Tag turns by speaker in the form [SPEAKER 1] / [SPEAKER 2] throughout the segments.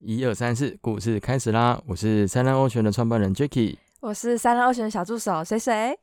[SPEAKER 1] 一二三四，故事开始啦！我是三浪欧泉的创办人 Jacky。
[SPEAKER 2] 我是三浪二选的小助手谁谁。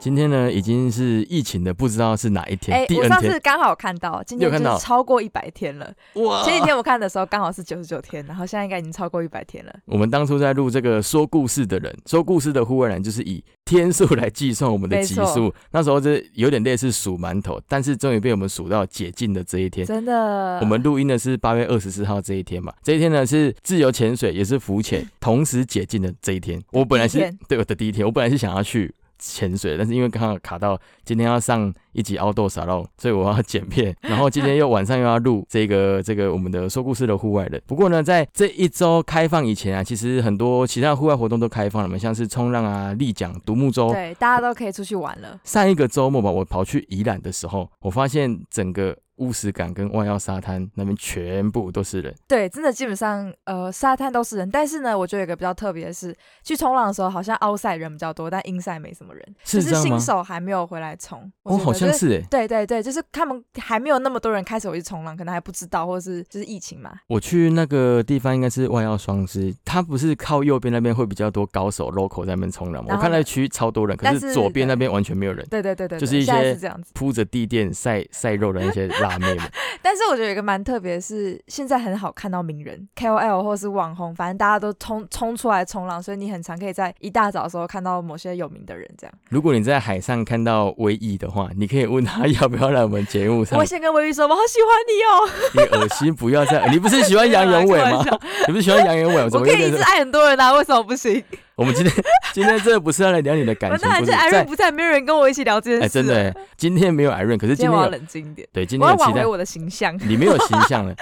[SPEAKER 1] 今天呢，已经是疫情的不知道是哪一天，
[SPEAKER 2] 哎、
[SPEAKER 1] 第
[SPEAKER 2] 我
[SPEAKER 1] 二
[SPEAKER 2] 上
[SPEAKER 1] 天
[SPEAKER 2] 次刚好看到，今
[SPEAKER 1] 你有
[SPEAKER 2] 天
[SPEAKER 1] 看
[SPEAKER 2] 就
[SPEAKER 1] 到啊
[SPEAKER 2] 是超过一百天了。
[SPEAKER 1] 哇
[SPEAKER 2] 前几天我看的时候刚好是九十九天，然后现在应该已经超过一百天了。
[SPEAKER 1] 我们当初在录这个说故事的人，说故事的户外人就是以天数来计算我们的
[SPEAKER 2] 没
[SPEAKER 1] 集
[SPEAKER 2] 错
[SPEAKER 1] 数。那时候这有点类似数馒头，但是终于被我们数到解禁的这一天。
[SPEAKER 2] 真的，
[SPEAKER 1] 我们录音的是八月二十四号这一天嘛，这一天呢是自由潜水也是浮潜 同时解禁的这一天。我本来
[SPEAKER 2] 第一
[SPEAKER 1] 是
[SPEAKER 2] 天
[SPEAKER 1] 对我的第一天，我本来是想要去潜水，但是因为刚好卡到今天要上一集凹豆沙漏，所以我要剪 片，然后今天又晚上又要录这个这个我们的说故事的户外人。不过呢，在这一周开放以前啊，其实很多其他户外活动都开放了嘛，像是冲浪啊、立桨、独木舟。
[SPEAKER 2] 对大家都可以出去玩了。
[SPEAKER 1] 上一个周末吧，我跑去宜兰的时候，我发现整个乌石港跟万耀沙滩那边全部都是人。
[SPEAKER 2] 对，真的基本上呃沙滩都是人，但是呢，我觉得有一个比较特别的是，去冲浪的时候好像凹赛人比较多，但阴赛没什么人，
[SPEAKER 1] 是这
[SPEAKER 2] 就是
[SPEAKER 1] 样吗
[SPEAKER 2] 新手还没有回来冲。我
[SPEAKER 1] 哦，
[SPEAKER 2] 觉得
[SPEAKER 1] 好像
[SPEAKER 2] 就是
[SPEAKER 1] 哎、
[SPEAKER 2] 对对对，就是他们还没有那么多人开始回去冲浪，可能还不知道，或者是就是疫情嘛，
[SPEAKER 1] 我去那个地方应该是万耀双狮，它不是靠右边那边会比较多高手 local 在那边冲浪吗？我
[SPEAKER 2] 然后
[SPEAKER 1] 看那
[SPEAKER 2] 呢
[SPEAKER 1] 区域超多人，可
[SPEAKER 2] 但
[SPEAKER 1] 是
[SPEAKER 2] 是
[SPEAKER 1] 左边那边完全没有人，
[SPEAKER 2] 对对对对，
[SPEAKER 1] 就是
[SPEAKER 2] 对
[SPEAKER 1] 一
[SPEAKER 2] 现在
[SPEAKER 1] 些
[SPEAKER 2] 是这样子。
[SPEAKER 1] 铺着地垫晒晒肉的那些辣妹 们。
[SPEAKER 2] 但是我觉得有一个蛮特别的是，现在很好看到名人 KOL 或是网红，反正大家都冲冲出来冲浪，所以你很常可以在一大早的时候看到某些有名的人这样。
[SPEAKER 1] 如果你在海上看到威毅的话，你可以问他要不要来我们节目上
[SPEAKER 2] 我。先跟微微说，我好喜欢你哦，
[SPEAKER 1] 你恶心，不要再！ 你不是喜欢
[SPEAKER 2] 没有
[SPEAKER 1] 杨
[SPEAKER 2] 啦
[SPEAKER 1] 元伟
[SPEAKER 2] 开玩
[SPEAKER 1] 吗
[SPEAKER 2] 笑？
[SPEAKER 1] 你不是喜欢杨元伟？我怎
[SPEAKER 2] 我
[SPEAKER 1] 么
[SPEAKER 2] 可
[SPEAKER 1] 有
[SPEAKER 2] 以一
[SPEAKER 1] 点
[SPEAKER 2] 直爱很多人啊，为什么不行？
[SPEAKER 1] 我们今 天今天这不是要来聊你的感
[SPEAKER 2] 我
[SPEAKER 1] 情
[SPEAKER 2] 当，然
[SPEAKER 1] 不
[SPEAKER 2] 是
[SPEAKER 1] 是
[SPEAKER 2] Irene
[SPEAKER 1] 在
[SPEAKER 2] 不在，没有人跟我一起聊这件
[SPEAKER 1] 哎、
[SPEAKER 2] 事、
[SPEAKER 1] 真的，耶，今天没有 Irene，可是今
[SPEAKER 2] 今天
[SPEAKER 1] 天
[SPEAKER 2] 我要
[SPEAKER 1] 有
[SPEAKER 2] 冷静一点，
[SPEAKER 1] 对今
[SPEAKER 2] 我
[SPEAKER 1] 天
[SPEAKER 2] 要
[SPEAKER 1] 有
[SPEAKER 2] 挽
[SPEAKER 1] 期待
[SPEAKER 2] 回，我的形象。
[SPEAKER 1] 你没有形象了。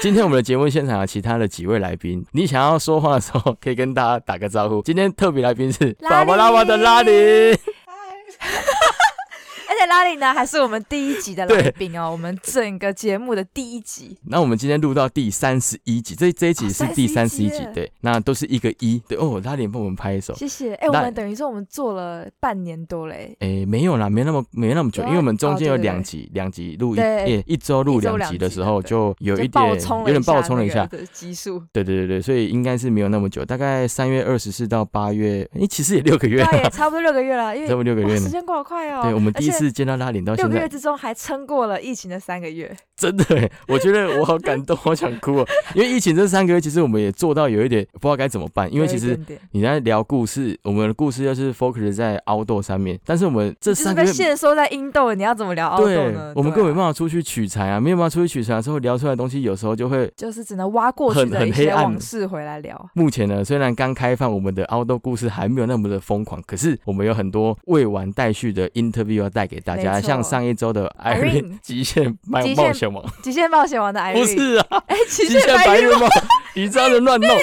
[SPEAKER 1] 今天我们的节目现场有其他的几位来宾，你想要说话的时候可以跟大家打个招呼。今天特别来宾是
[SPEAKER 2] 拉
[SPEAKER 1] 爸爸拉巴的拉
[SPEAKER 2] 力
[SPEAKER 1] 里，
[SPEAKER 2] 而且拉里呢，还是我们第一集的
[SPEAKER 1] 对
[SPEAKER 2] 来宾哦，我们整个节目的第一集。
[SPEAKER 1] 那我们今天录到第三十一集，这这一集
[SPEAKER 2] 哦
[SPEAKER 1] 是第三
[SPEAKER 2] 31
[SPEAKER 1] 十一
[SPEAKER 2] 集
[SPEAKER 1] 集
[SPEAKER 2] 了，
[SPEAKER 1] 对，那都是一个一，对哦，拉里帮我们拍一手。
[SPEAKER 2] 谢谢，哎、我
[SPEAKER 1] 那
[SPEAKER 2] 们等于说我们做了半年多嘞，
[SPEAKER 1] 诶，没有啦，没那么没那么久，
[SPEAKER 2] 对啊
[SPEAKER 1] 因为我们中间有
[SPEAKER 2] 哦对对
[SPEAKER 1] 两集，两集录一，
[SPEAKER 2] 对
[SPEAKER 1] 诶，一周录
[SPEAKER 2] 一周
[SPEAKER 1] 两
[SPEAKER 2] 两
[SPEAKER 1] 集的
[SPEAKER 2] 集
[SPEAKER 1] 时
[SPEAKER 2] 的
[SPEAKER 1] 候
[SPEAKER 2] 对
[SPEAKER 1] 就有
[SPEAKER 2] 就
[SPEAKER 1] 一
[SPEAKER 2] 爆
[SPEAKER 1] 点
[SPEAKER 2] 冲了
[SPEAKER 1] 有点爆冲了一
[SPEAKER 2] 那
[SPEAKER 1] 下
[SPEAKER 2] 个，的基数，
[SPEAKER 1] 对对对对，所以应该是没有那么久，大概三月二十四到八月，诶，其实也六个月
[SPEAKER 2] 对啊，
[SPEAKER 1] 了
[SPEAKER 2] 也，差不多六个月了，因
[SPEAKER 1] 这
[SPEAKER 2] 为
[SPEAKER 1] 么六个
[SPEAKER 2] 哇
[SPEAKER 1] 月
[SPEAKER 2] 时
[SPEAKER 1] 呢。
[SPEAKER 2] 间过好快哦。
[SPEAKER 1] 对我们第一
[SPEAKER 2] 而且
[SPEAKER 1] 次见到拉领到
[SPEAKER 2] 六
[SPEAKER 1] 现
[SPEAKER 2] 个月
[SPEAKER 1] 在，
[SPEAKER 2] 之中还撑过了疫情的三个月，
[SPEAKER 1] 真的诶，我觉得我好感动，好想哭哦。因为疫情这三个月，其实我们也做到有一点不知道该怎么办，因为
[SPEAKER 2] 有
[SPEAKER 1] 其
[SPEAKER 2] 一
[SPEAKER 1] 实
[SPEAKER 2] 点点
[SPEAKER 1] 你在聊故事，我们的故事又是 focus 在凹豆上面，但是我们这
[SPEAKER 2] 就是
[SPEAKER 1] 三
[SPEAKER 2] 被
[SPEAKER 1] 个月。
[SPEAKER 2] 限缩在英斗，你要怎么聊奥斗
[SPEAKER 1] 对
[SPEAKER 2] 呢？，啊
[SPEAKER 1] 我们根本没
[SPEAKER 2] 法，
[SPEAKER 1] 办法出去取材啊，没有办法出去取材之后聊出来的东西，有时候就会
[SPEAKER 2] 就是只能挖过去
[SPEAKER 1] 很
[SPEAKER 2] 的
[SPEAKER 1] 很
[SPEAKER 2] 一
[SPEAKER 1] 黑
[SPEAKER 2] 些
[SPEAKER 1] 暗
[SPEAKER 2] 往事回来聊。
[SPEAKER 1] 目前呢，虽然刚开放，我们的凹豆故事还没有那么的疯狂，可是我们有很多未完待续的 interview 要带给大家，
[SPEAKER 2] 没错
[SPEAKER 1] 像上一周的
[SPEAKER 2] Irene
[SPEAKER 1] Irene 极限冒
[SPEAKER 2] 极限
[SPEAKER 1] 冒险王，
[SPEAKER 2] 《极限冒险王》的艾
[SPEAKER 1] 不
[SPEAKER 2] 瑞，
[SPEAKER 1] 是啊，
[SPEAKER 2] 哎，极
[SPEAKER 1] 极
[SPEAKER 2] 限
[SPEAKER 1] 限
[SPEAKER 2] 白
[SPEAKER 1] 白
[SPEAKER 2] 日
[SPEAKER 1] 日梦，你这样子乱弄，
[SPEAKER 2] 梦，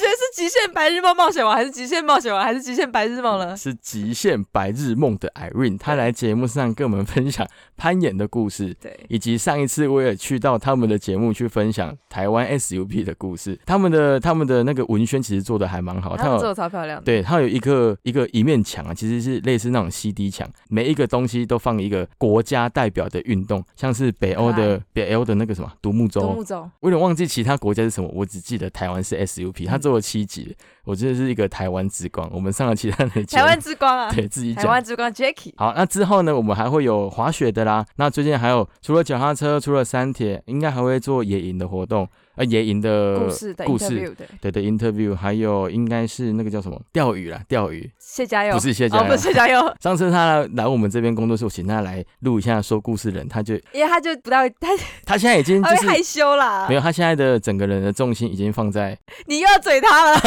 [SPEAKER 2] 觉得是《极限白日梦冒险王》还是《极限冒险王》还是《极限白日梦》呢？
[SPEAKER 1] 是极限白日梦的 Irene，她来节目上跟我们分享攀岩的故事。
[SPEAKER 2] 对，
[SPEAKER 1] 以及上一次我也去到他们的节目去分享台湾 SUP 的故事，他们的他们的那个文宣其实做的还蛮好，
[SPEAKER 2] 他们
[SPEAKER 1] 有
[SPEAKER 2] 做的超漂亮
[SPEAKER 1] 啊
[SPEAKER 2] 的。
[SPEAKER 1] 对，它有一个一个一面墙啊，其实是类似那种 CD 墙，每一个东西都放一个国家代表的运动，像是北欧的北欧的那个什么独木
[SPEAKER 2] 独
[SPEAKER 1] 舟
[SPEAKER 2] 木，舟，
[SPEAKER 1] 我有点忘记其他国家是什么，我只记得台湾是 SUP，它
[SPEAKER 2] 嗯
[SPEAKER 1] 做了七集，我真的是一个台湾之光。我们上了其他的节目
[SPEAKER 2] 台湾之光啊，
[SPEAKER 1] 对自己
[SPEAKER 2] 台
[SPEAKER 1] 讲。
[SPEAKER 2] 湾之光 Jacky，
[SPEAKER 1] 好，那之后呢，我们还会有滑雪的啦。那最近还有除了脚踏车，除了山铁，应该还会做野营的活动，呃，野营的
[SPEAKER 2] 故事的
[SPEAKER 1] 故事
[SPEAKER 2] interview，对，
[SPEAKER 1] 对的 interview，还有应该是那个叫什么钓鱼啦，钓鱼。
[SPEAKER 2] 谢家佑
[SPEAKER 1] 不是谢家
[SPEAKER 2] 哦，不
[SPEAKER 1] 佑
[SPEAKER 2] 是谢 家佑，
[SPEAKER 1] 上次他来来我们这边工作室，我请他来录一下说故事人，他就
[SPEAKER 2] 因为他就不太他
[SPEAKER 1] 他现在已经
[SPEAKER 2] 他
[SPEAKER 1] 就
[SPEAKER 2] 会害
[SPEAKER 1] 是
[SPEAKER 2] 羞啦
[SPEAKER 1] 没，有，他现在的整个人的重心已经放在
[SPEAKER 2] 你又要嘴他了，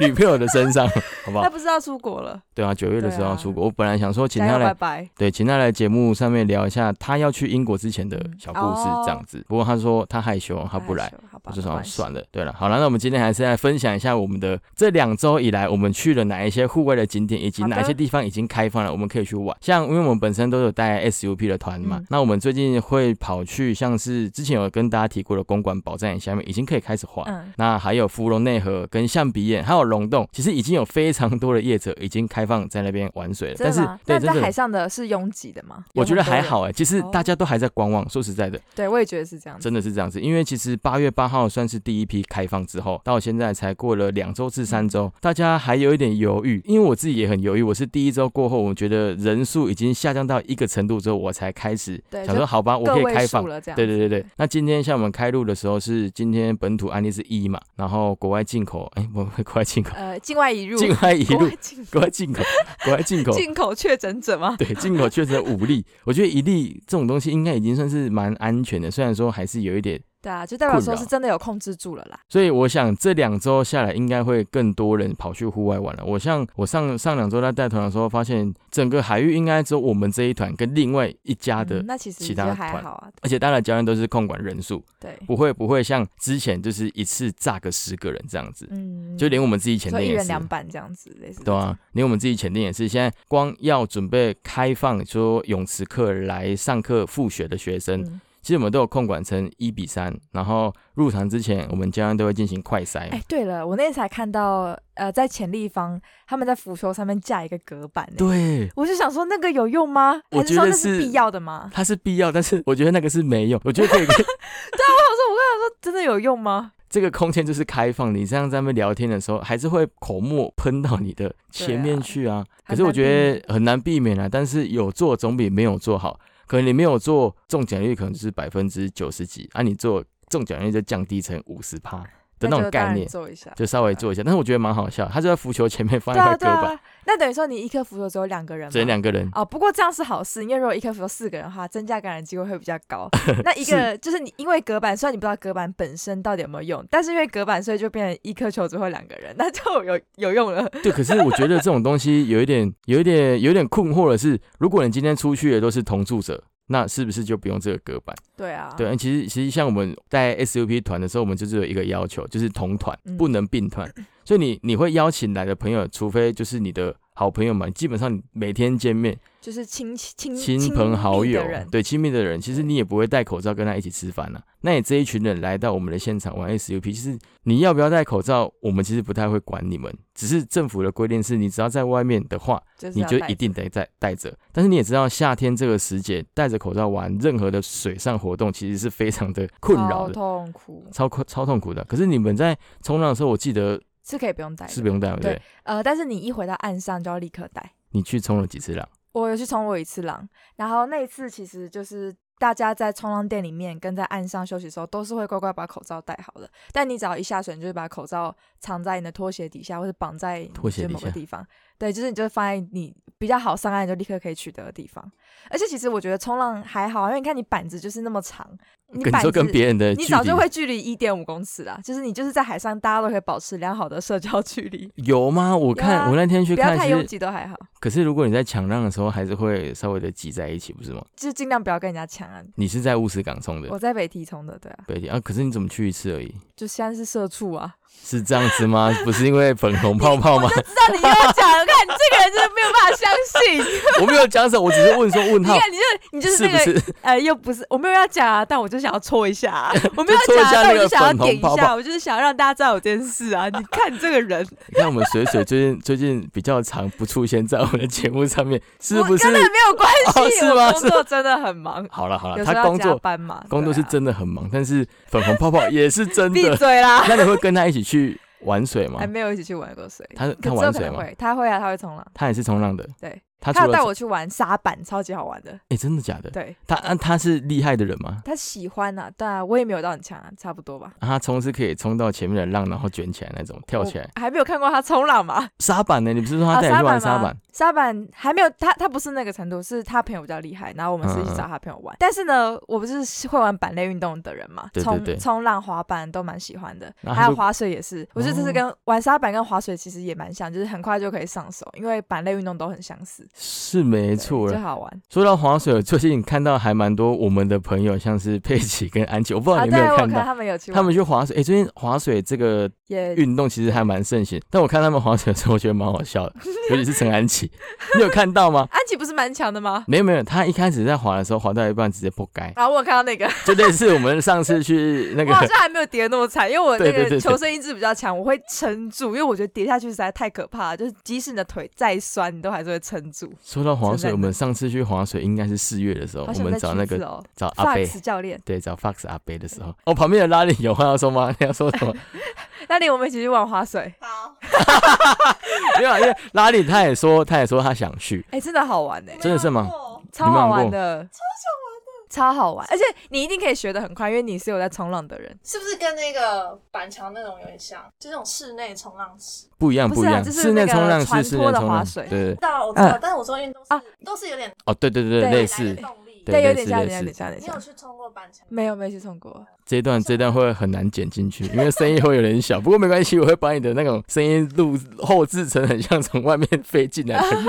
[SPEAKER 1] 女朋友的身上，好不
[SPEAKER 2] 他
[SPEAKER 1] 好？
[SPEAKER 2] 不是要出国了，
[SPEAKER 1] 对啊，九月的时候要出国，我本来想说请他
[SPEAKER 2] 加油拜
[SPEAKER 1] 来，
[SPEAKER 2] 拜，
[SPEAKER 1] 对，请他来节目上面聊一下他要去英国之前的小故事
[SPEAKER 2] 嗯
[SPEAKER 1] 这样子。不过他说他害羞，他不来
[SPEAKER 2] 害羞，哎好吧，
[SPEAKER 1] 我就
[SPEAKER 2] 没
[SPEAKER 1] 想
[SPEAKER 2] 关系
[SPEAKER 1] 算了。对了，好了，那我们今天还是来分享一下我们的这两周以来，我们去了哪一些户外的景点，以及
[SPEAKER 2] 好的
[SPEAKER 1] 哪些地方已经开放了，我们可以去玩。像因为我们本身都有带 SUP 的团嘛，
[SPEAKER 2] 嗯
[SPEAKER 1] 那我们最近会跑去像是之前有跟大家提过的公馆保站下面已经可以开始滑。
[SPEAKER 2] 嗯，
[SPEAKER 1] 那还有芙蓉内河、跟象鼻眼，还有龙洞，其实已经有非常多的业者已经开放在那边玩水了。但
[SPEAKER 2] 真
[SPEAKER 1] 是
[SPEAKER 2] 的吗？
[SPEAKER 1] 对，
[SPEAKER 2] 那
[SPEAKER 1] 真
[SPEAKER 2] 在
[SPEAKER 1] 的
[SPEAKER 2] 海，上的是拥挤的吗？
[SPEAKER 1] 我觉
[SPEAKER 2] 有
[SPEAKER 1] 得
[SPEAKER 2] 很多
[SPEAKER 1] 还
[SPEAKER 2] 人。
[SPEAKER 1] 好哎、其实
[SPEAKER 2] 哦
[SPEAKER 1] 大家都还在观望。说实在的，
[SPEAKER 2] 对，我也觉得是这样子。
[SPEAKER 1] 真的是这样子，因为其实八月八号算是第一批开放之后，到现在才过了两周至
[SPEAKER 2] 嗯
[SPEAKER 1] 三周，大家还有一点犹豫，因为我自己也很犹豫。我是第一周过后，我觉得人数已经下降到一个程度之后，我才开始
[SPEAKER 2] 对
[SPEAKER 1] 想
[SPEAKER 2] 就
[SPEAKER 1] 说好吧，我
[SPEAKER 2] 个
[SPEAKER 1] 可以
[SPEAKER 2] 位
[SPEAKER 1] 开
[SPEAKER 2] 数
[SPEAKER 1] 放。
[SPEAKER 2] 了这样。
[SPEAKER 1] 对对对对，那今天像我们开录的时候是今天本土案例是一嘛，然后国外进口，哎，不，国外进口，
[SPEAKER 2] 呃，境外引入，
[SPEAKER 1] 境外一
[SPEAKER 2] 国
[SPEAKER 1] 路
[SPEAKER 2] 外，进
[SPEAKER 1] 国外进口，国外进口，
[SPEAKER 2] 进口确诊者吗？
[SPEAKER 1] 对，进口确实有五例，我觉得一例这种东西应该已经算是蛮安全的，虽然说还是有一点
[SPEAKER 2] 对啊，就代表
[SPEAKER 1] 困
[SPEAKER 2] 说
[SPEAKER 1] 扰
[SPEAKER 2] 是真的有控制住了啦。
[SPEAKER 1] 所以我想这两周下来，应该会更多人跑去户外玩了。我像我上上两周在带团的时候，发现整个海域应该只有我们这一团跟另外一家的，
[SPEAKER 2] 嗯那其实
[SPEAKER 1] 其
[SPEAKER 2] 就
[SPEAKER 1] 他
[SPEAKER 2] 还
[SPEAKER 1] 团
[SPEAKER 2] 好啊。
[SPEAKER 1] 而且当然教练都是控管人数，
[SPEAKER 2] 对，
[SPEAKER 1] 不会不会像之前就是一次炸个十个人这样子，
[SPEAKER 2] 嗯，
[SPEAKER 1] 就连我们自己前
[SPEAKER 2] 说
[SPEAKER 1] 店
[SPEAKER 2] 一
[SPEAKER 1] 也
[SPEAKER 2] 人
[SPEAKER 1] 是。
[SPEAKER 2] 两板这样子，类似
[SPEAKER 1] 对啊，连我们自己前店也是，现在光要准备开放说泳池课来上课复学的学
[SPEAKER 2] 这
[SPEAKER 1] 生，
[SPEAKER 2] 种。嗯
[SPEAKER 1] 其实我们都有控管成一比三，然后入场之前我们教练都会进行快筛。
[SPEAKER 2] 哎，对了，我那天才看到，呃，在潜立方他们在浮球上面架一个隔板呢。
[SPEAKER 1] 对，
[SPEAKER 2] 我就想说那个有用吗？
[SPEAKER 1] 我
[SPEAKER 2] 还是
[SPEAKER 1] 觉
[SPEAKER 2] 说
[SPEAKER 1] 得
[SPEAKER 2] 那是
[SPEAKER 1] 是
[SPEAKER 2] 必要的吗？
[SPEAKER 1] 它是必要，但是我觉得那个是没用。我觉得可以，
[SPEAKER 2] 我想说，我跟他说真的有用吗？
[SPEAKER 1] 这个空间就是开放，你这样在那边聊天的时候，还是会口沫喷到你的前面去啊。可是我觉得很难避免啊，但是有做总比没有做好。可能你没有做，中奖率可能就是百分之九十几，啊，你做中奖率就降低成五十趴的那
[SPEAKER 2] 那
[SPEAKER 1] 种
[SPEAKER 2] 就当
[SPEAKER 1] 概
[SPEAKER 2] 然
[SPEAKER 1] 念，
[SPEAKER 2] 做一下。
[SPEAKER 1] 就稍微做一下。但是我觉得蛮好笑，他就在浮球前面放一
[SPEAKER 2] 对
[SPEAKER 1] 块
[SPEAKER 2] 啊，
[SPEAKER 1] 隔
[SPEAKER 2] 对
[SPEAKER 1] 板，
[SPEAKER 2] 啊。那等于说你一颗浮球只有两个人吗？
[SPEAKER 1] 只能两个人。
[SPEAKER 2] 哦，不过这样是好事，因为如果一颗浮球四个人的话，增加感染机会会比较 高。那一个就是你，因为隔板，虽然你不知道隔板本身到底有没有用，但是因为隔板，所以就变成一颗球只会有两个人，那就有有用了。
[SPEAKER 1] 对，可是我觉得这种东西有一点、 有一点、有一点困惑的是，如果你今天出去的都是同住者，那是不是就不用这个隔板？
[SPEAKER 2] 对啊，
[SPEAKER 1] 对，其实其实像我们带 SUP 团的时候，我们就是有一个要求，就是同团
[SPEAKER 2] 嗯
[SPEAKER 1] 不能并团，所以你你会邀请来的朋友，除非就是你的好朋友嘛，基本上你每天见面，
[SPEAKER 2] 就是亲亲
[SPEAKER 1] 亲朋好
[SPEAKER 2] 密
[SPEAKER 1] 友
[SPEAKER 2] 的，人，
[SPEAKER 1] 对亲密的人，其实
[SPEAKER 2] 对
[SPEAKER 1] 你也不会戴口罩跟他一起吃饭了、那你这一群人来到我们的现场玩 SUP，其实你要不要戴口罩，我们其实不太会管你们，只是政府的规定是你只要在外面的话，
[SPEAKER 2] 就是
[SPEAKER 1] 你
[SPEAKER 2] 要
[SPEAKER 1] 就
[SPEAKER 2] 戴
[SPEAKER 1] 一定得戴戴着。但是你也知道，夏天这个时节戴着口罩玩任何的水上活动，其实是非常的困扰
[SPEAKER 2] 超
[SPEAKER 1] 的，
[SPEAKER 2] 痛苦，
[SPEAKER 1] 超困超痛苦的。可是你们在冲浪的时候，我记得
[SPEAKER 2] 是可以不用戴的，
[SPEAKER 1] 是不用戴，对不对？
[SPEAKER 2] 呃，但是你一回到岸上就要立刻戴。
[SPEAKER 1] 你去冲了几次浪？
[SPEAKER 2] 我有去冲过一次浪，然后那一次其实就是大家在冲浪店里面跟在岸上休息的时候，都是会乖乖把口罩戴好的。但你只要一下水，你就是把口罩藏在你的拖鞋底下，或者绑在你
[SPEAKER 1] 拖鞋
[SPEAKER 2] 就
[SPEAKER 1] 底
[SPEAKER 2] 某个
[SPEAKER 1] 下
[SPEAKER 2] 地方。对，就是你就放在你比较好上岸就立刻可以取得的地方。而且其实我觉得冲浪还好啊，因为你看你板子就是那么长，你
[SPEAKER 1] 跟你
[SPEAKER 2] 板
[SPEAKER 1] 说
[SPEAKER 2] 子
[SPEAKER 1] 跟别人的
[SPEAKER 2] 你
[SPEAKER 1] 距
[SPEAKER 2] 早就
[SPEAKER 1] 离
[SPEAKER 2] 会距离一点五公尺啦，就是你就是在海上，大家都可以保持良好的社交距 离，
[SPEAKER 1] 有吗？我看、
[SPEAKER 2] 啊
[SPEAKER 1] 我那天去
[SPEAKER 2] 不要
[SPEAKER 1] 看
[SPEAKER 2] 太
[SPEAKER 1] 其
[SPEAKER 2] 拥
[SPEAKER 1] 实
[SPEAKER 2] 挤都还好，
[SPEAKER 1] 可是如果你在抢浪的时候，还是会稍微的挤在一起，不是吗？
[SPEAKER 2] 就是尽量不要跟人家抢啊。
[SPEAKER 1] 你是在乌石港冲的，
[SPEAKER 2] 我在北提冲的，对啊。
[SPEAKER 1] 对啊？可是你怎么去一次而已？
[SPEAKER 2] 就现在是社 畜啊！
[SPEAKER 1] 是这样子吗？不是因为粉红泡泡吗？
[SPEAKER 2] 知道你又要讲了，看你这个人真的没有办法相 信。
[SPEAKER 1] 我没有讲什么，我只是问说问
[SPEAKER 2] 你
[SPEAKER 1] 号，
[SPEAKER 2] 看，你就你就是是那
[SPEAKER 1] 不
[SPEAKER 2] 个
[SPEAKER 1] 是？
[SPEAKER 2] 呃，又不是我没有要讲啊，但我就想要戳一下、 啊，我没有
[SPEAKER 1] 就戳一
[SPEAKER 2] 要
[SPEAKER 1] 下
[SPEAKER 2] 讲、啊，但
[SPEAKER 1] 那
[SPEAKER 2] 我
[SPEAKER 1] 个
[SPEAKER 2] 就想要
[SPEAKER 1] 粉红
[SPEAKER 2] 点一
[SPEAKER 1] 泡泡
[SPEAKER 2] 下，我就是想要让大家知道有这件事啊！你看你这个人，
[SPEAKER 1] 你看我们水水最近 最近比较常不出现在我们的节目上面， 是
[SPEAKER 2] 我
[SPEAKER 1] 不是
[SPEAKER 2] 跟？那个没有关
[SPEAKER 1] 哦
[SPEAKER 2] 系，
[SPEAKER 1] 是吗
[SPEAKER 2] 我工作真的很忙，
[SPEAKER 1] 好了好了，
[SPEAKER 2] 有时候
[SPEAKER 1] 他
[SPEAKER 2] 要
[SPEAKER 1] 工
[SPEAKER 2] 加
[SPEAKER 1] 作
[SPEAKER 2] 班嘛，
[SPEAKER 1] 工作是
[SPEAKER 2] 对啊
[SPEAKER 1] 真的很忙，但是粉红泡泡也是真
[SPEAKER 2] 闭
[SPEAKER 1] 的。
[SPEAKER 2] 嘴啦，
[SPEAKER 1] 那你会跟他一起去玩水吗
[SPEAKER 2] 还？没有一起去玩过水，
[SPEAKER 1] 他
[SPEAKER 2] 可
[SPEAKER 1] 他
[SPEAKER 2] 之后
[SPEAKER 1] 玩
[SPEAKER 2] 可
[SPEAKER 1] 水
[SPEAKER 2] 能
[SPEAKER 1] 吗？
[SPEAKER 2] 会，他会啊，他会冲浪，
[SPEAKER 1] 他也是冲浪的。
[SPEAKER 2] 对，
[SPEAKER 1] 他除
[SPEAKER 2] 他有带
[SPEAKER 1] 了
[SPEAKER 2] 我去玩沙板，超级好玩的，
[SPEAKER 1] 哎，真的假的？
[SPEAKER 2] 对
[SPEAKER 1] 他啊他是厉害的人吗？
[SPEAKER 2] 他喜欢啊，但我也没有到很强啊，差不多吧。
[SPEAKER 1] 啊他冲是可以冲到前面的浪，然后卷起来那种，跳起来。
[SPEAKER 2] 我还没有看过他冲浪嘛？
[SPEAKER 1] 沙板呢？你不是说
[SPEAKER 2] 哦啊
[SPEAKER 1] 他带你去玩沙
[SPEAKER 2] 沙
[SPEAKER 1] 板？
[SPEAKER 2] 沙板还没有他，他不是那个程度，是他朋友比较厉害，然后我们
[SPEAKER 1] 嗯
[SPEAKER 2] 是一起找他朋友玩。但是呢，我不是会玩板类运动的人嘛，
[SPEAKER 1] 对对
[SPEAKER 2] 冲
[SPEAKER 1] 对
[SPEAKER 2] 冲浪、滑板都蛮喜欢的，
[SPEAKER 1] 然后他
[SPEAKER 2] 还
[SPEAKER 1] 哦
[SPEAKER 2] 有
[SPEAKER 1] 就
[SPEAKER 2] 滑水也是。我觉得这是跟玩沙板跟滑水其实也蛮像，就是很快就可以上手，因为板类运动都很相似。
[SPEAKER 1] 是没错啊
[SPEAKER 2] 就
[SPEAKER 1] 了。
[SPEAKER 2] 好玩
[SPEAKER 1] 说到滑水，最近看到还蛮多我们的朋友，像是佩奇跟安琪，我不知道
[SPEAKER 2] 啊！
[SPEAKER 1] 你有
[SPEAKER 2] 对，
[SPEAKER 1] 没有
[SPEAKER 2] 我
[SPEAKER 1] 看到，
[SPEAKER 2] 看他们有去玩，
[SPEAKER 1] 他们去滑水。哎、最近滑水这个
[SPEAKER 2] 也
[SPEAKER 1] 运动其实还蛮盛行，但我看他们滑水的时候，我觉得蛮好笑 的，尤其是陈安琪，你有看到吗？
[SPEAKER 2] 安琪不是蛮强的吗？
[SPEAKER 1] 没有没有，他一开始在滑的时候，滑到一半直接破街，
[SPEAKER 2] 然后我有看到那个，
[SPEAKER 1] 就类似我们上次去那
[SPEAKER 2] 我好
[SPEAKER 1] 个，
[SPEAKER 2] 像还没有跌那么惨，因为我那
[SPEAKER 1] 对对
[SPEAKER 2] 个
[SPEAKER 1] 对对
[SPEAKER 2] 求生意志比较强，我会撑住，因为我觉得跌下去实在太可怕了，就是即使你的腿再酸，你都还是会撑住。
[SPEAKER 1] 说到滑
[SPEAKER 2] 真
[SPEAKER 1] 水，
[SPEAKER 2] 的
[SPEAKER 1] 我们上次去滑水应该是四月的时候，
[SPEAKER 2] 好
[SPEAKER 1] 我
[SPEAKER 2] 想
[SPEAKER 1] 们
[SPEAKER 2] 再
[SPEAKER 1] 找
[SPEAKER 2] 去
[SPEAKER 1] 那
[SPEAKER 2] 一次
[SPEAKER 1] 个
[SPEAKER 2] 哦
[SPEAKER 1] 找阿贝。
[SPEAKER 2] ，Fox 教练，
[SPEAKER 1] 对，找 Fox 阿贝的时候，哦，旁边的拉力有话要说吗？ 你要说什么？
[SPEAKER 2] 那里我们一起去玩滑水，
[SPEAKER 3] 好，
[SPEAKER 1] 没有，因为拉力他也说，他也说他想去，
[SPEAKER 2] 哎、真的好玩哎、
[SPEAKER 1] 真的是吗
[SPEAKER 3] 没有过？
[SPEAKER 2] 超好
[SPEAKER 1] 你们玩
[SPEAKER 2] 玩
[SPEAKER 1] 过
[SPEAKER 2] 的，超想玩的，超好玩，而且你一定可以学的很快，因为你是有在冲浪的人。
[SPEAKER 3] 是不是跟那个板桥那种有点像？就那种室内冲浪池。
[SPEAKER 1] 不一样，
[SPEAKER 2] 不
[SPEAKER 1] 一
[SPEAKER 2] 是啊
[SPEAKER 1] 样。
[SPEAKER 2] 就是
[SPEAKER 1] 室内
[SPEAKER 2] 那个
[SPEAKER 1] 冲浪是
[SPEAKER 2] 船
[SPEAKER 1] 室
[SPEAKER 2] 拖
[SPEAKER 1] 内
[SPEAKER 2] 的
[SPEAKER 1] 冲
[SPEAKER 2] 划
[SPEAKER 1] 浪，
[SPEAKER 2] 水
[SPEAKER 1] 对对，对
[SPEAKER 3] 到我知道，
[SPEAKER 2] 嗯
[SPEAKER 3] 但是我说运动
[SPEAKER 2] 啊
[SPEAKER 3] 是都是有点
[SPEAKER 1] 哦，对对对，
[SPEAKER 2] 对
[SPEAKER 1] 类
[SPEAKER 3] 来
[SPEAKER 1] 似
[SPEAKER 3] 的动力。
[SPEAKER 1] 对
[SPEAKER 2] 有
[SPEAKER 1] 类
[SPEAKER 2] 点
[SPEAKER 1] 似
[SPEAKER 2] 像，有
[SPEAKER 1] 类
[SPEAKER 2] 点
[SPEAKER 1] 似
[SPEAKER 2] 像，有点
[SPEAKER 3] 你有
[SPEAKER 2] 像。
[SPEAKER 3] 去冲过板桥？
[SPEAKER 2] 没有，没有去冲过。
[SPEAKER 1] 这一段这一段会很难剪进去，因为声音会有点小。不过没关系，我会把你的那种声音录后制成很像从外面飞进来的人。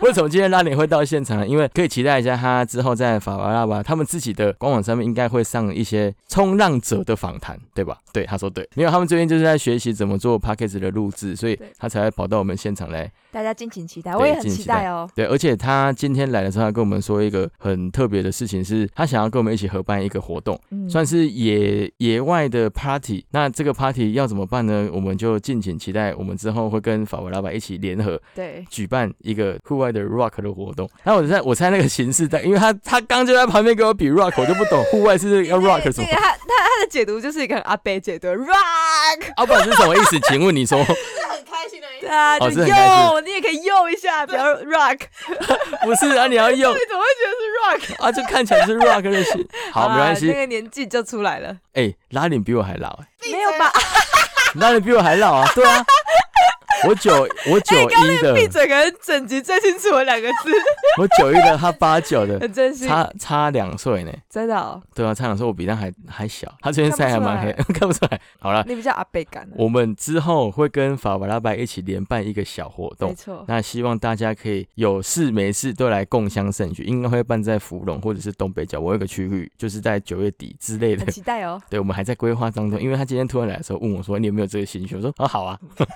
[SPEAKER 1] 为什么今天拉你会到现场呢？因为可以期待一下他之后在法巴拉巴他们自己的官网上面应该会上一些冲浪者的访谈，对吧？对，他说对，没有，他们最近就是在学习怎么做 p a c k a g e 的录制，所以
[SPEAKER 2] 对
[SPEAKER 1] 他才会跑到我们现场来
[SPEAKER 2] 大家敬请期待，
[SPEAKER 1] 对
[SPEAKER 2] 我也很
[SPEAKER 1] 敬请
[SPEAKER 2] 期
[SPEAKER 1] 期待
[SPEAKER 2] 待哦。
[SPEAKER 1] 对，而且他今天来的时候，他跟我们说一个很特别的事情是，他想要跟我们一起合办一个活动，
[SPEAKER 2] 嗯，
[SPEAKER 1] 算是野野外的 party。那这个 party 要怎么办呢？我们就敬请期待，我们之后会跟法国老板一起联合
[SPEAKER 2] 对，
[SPEAKER 1] 举办一个户外的 rock 的活动。那我在我猜那个形式，但因为他他刚就在旁边给我比 rock，我就不懂户外是要 rock 什么
[SPEAKER 2] 那个，他他他的解读就是一个很阿北解读，rock，
[SPEAKER 1] 啊，不然是什么意思？请问你说，
[SPEAKER 3] 是很开心的一
[SPEAKER 2] 对啊，
[SPEAKER 1] 哦
[SPEAKER 2] 就是
[SPEAKER 1] 很开
[SPEAKER 2] 用，你也可以用一下，不要 rock。
[SPEAKER 1] 不是啊？你要用
[SPEAKER 2] 你怎么会觉得是 rock？
[SPEAKER 1] 啊，就看起来是 rock 的形。好，没
[SPEAKER 2] 啦
[SPEAKER 1] 关系
[SPEAKER 2] 那。个年纪就出来了，
[SPEAKER 1] 哎、拉脸比我还老、欸。
[SPEAKER 2] 没有吧？
[SPEAKER 1] 那你比我还老啊？对啊，我九我九
[SPEAKER 2] 哎
[SPEAKER 1] 一的，
[SPEAKER 2] 闭嘴，可能整集最清楚的两个 字，
[SPEAKER 1] 我九一的，他八九 的，
[SPEAKER 2] 很珍惜，
[SPEAKER 1] 差差两岁呢。
[SPEAKER 2] 真的哦，
[SPEAKER 1] 对啊，差两岁，我比他还还小。他最近晒还蛮黑， 看不出来。好了，
[SPEAKER 2] 你比较阿北感啊，
[SPEAKER 1] 我们之后会跟法巴拉拜一起联办一个小活
[SPEAKER 2] 没
[SPEAKER 1] 动。
[SPEAKER 2] 错，
[SPEAKER 1] 那希望大家可以有事没事都来共襄盛举，应该会办在芙蓉或者是东北角，我有一个区域就是在九月底之类的
[SPEAKER 2] 很。期待 哦。
[SPEAKER 1] 对，我们还在规划当中，因为他今天突然来的时候问我说：“你有没有这个兴趣？”我说：“哦，好啊。
[SPEAKER 3] 天，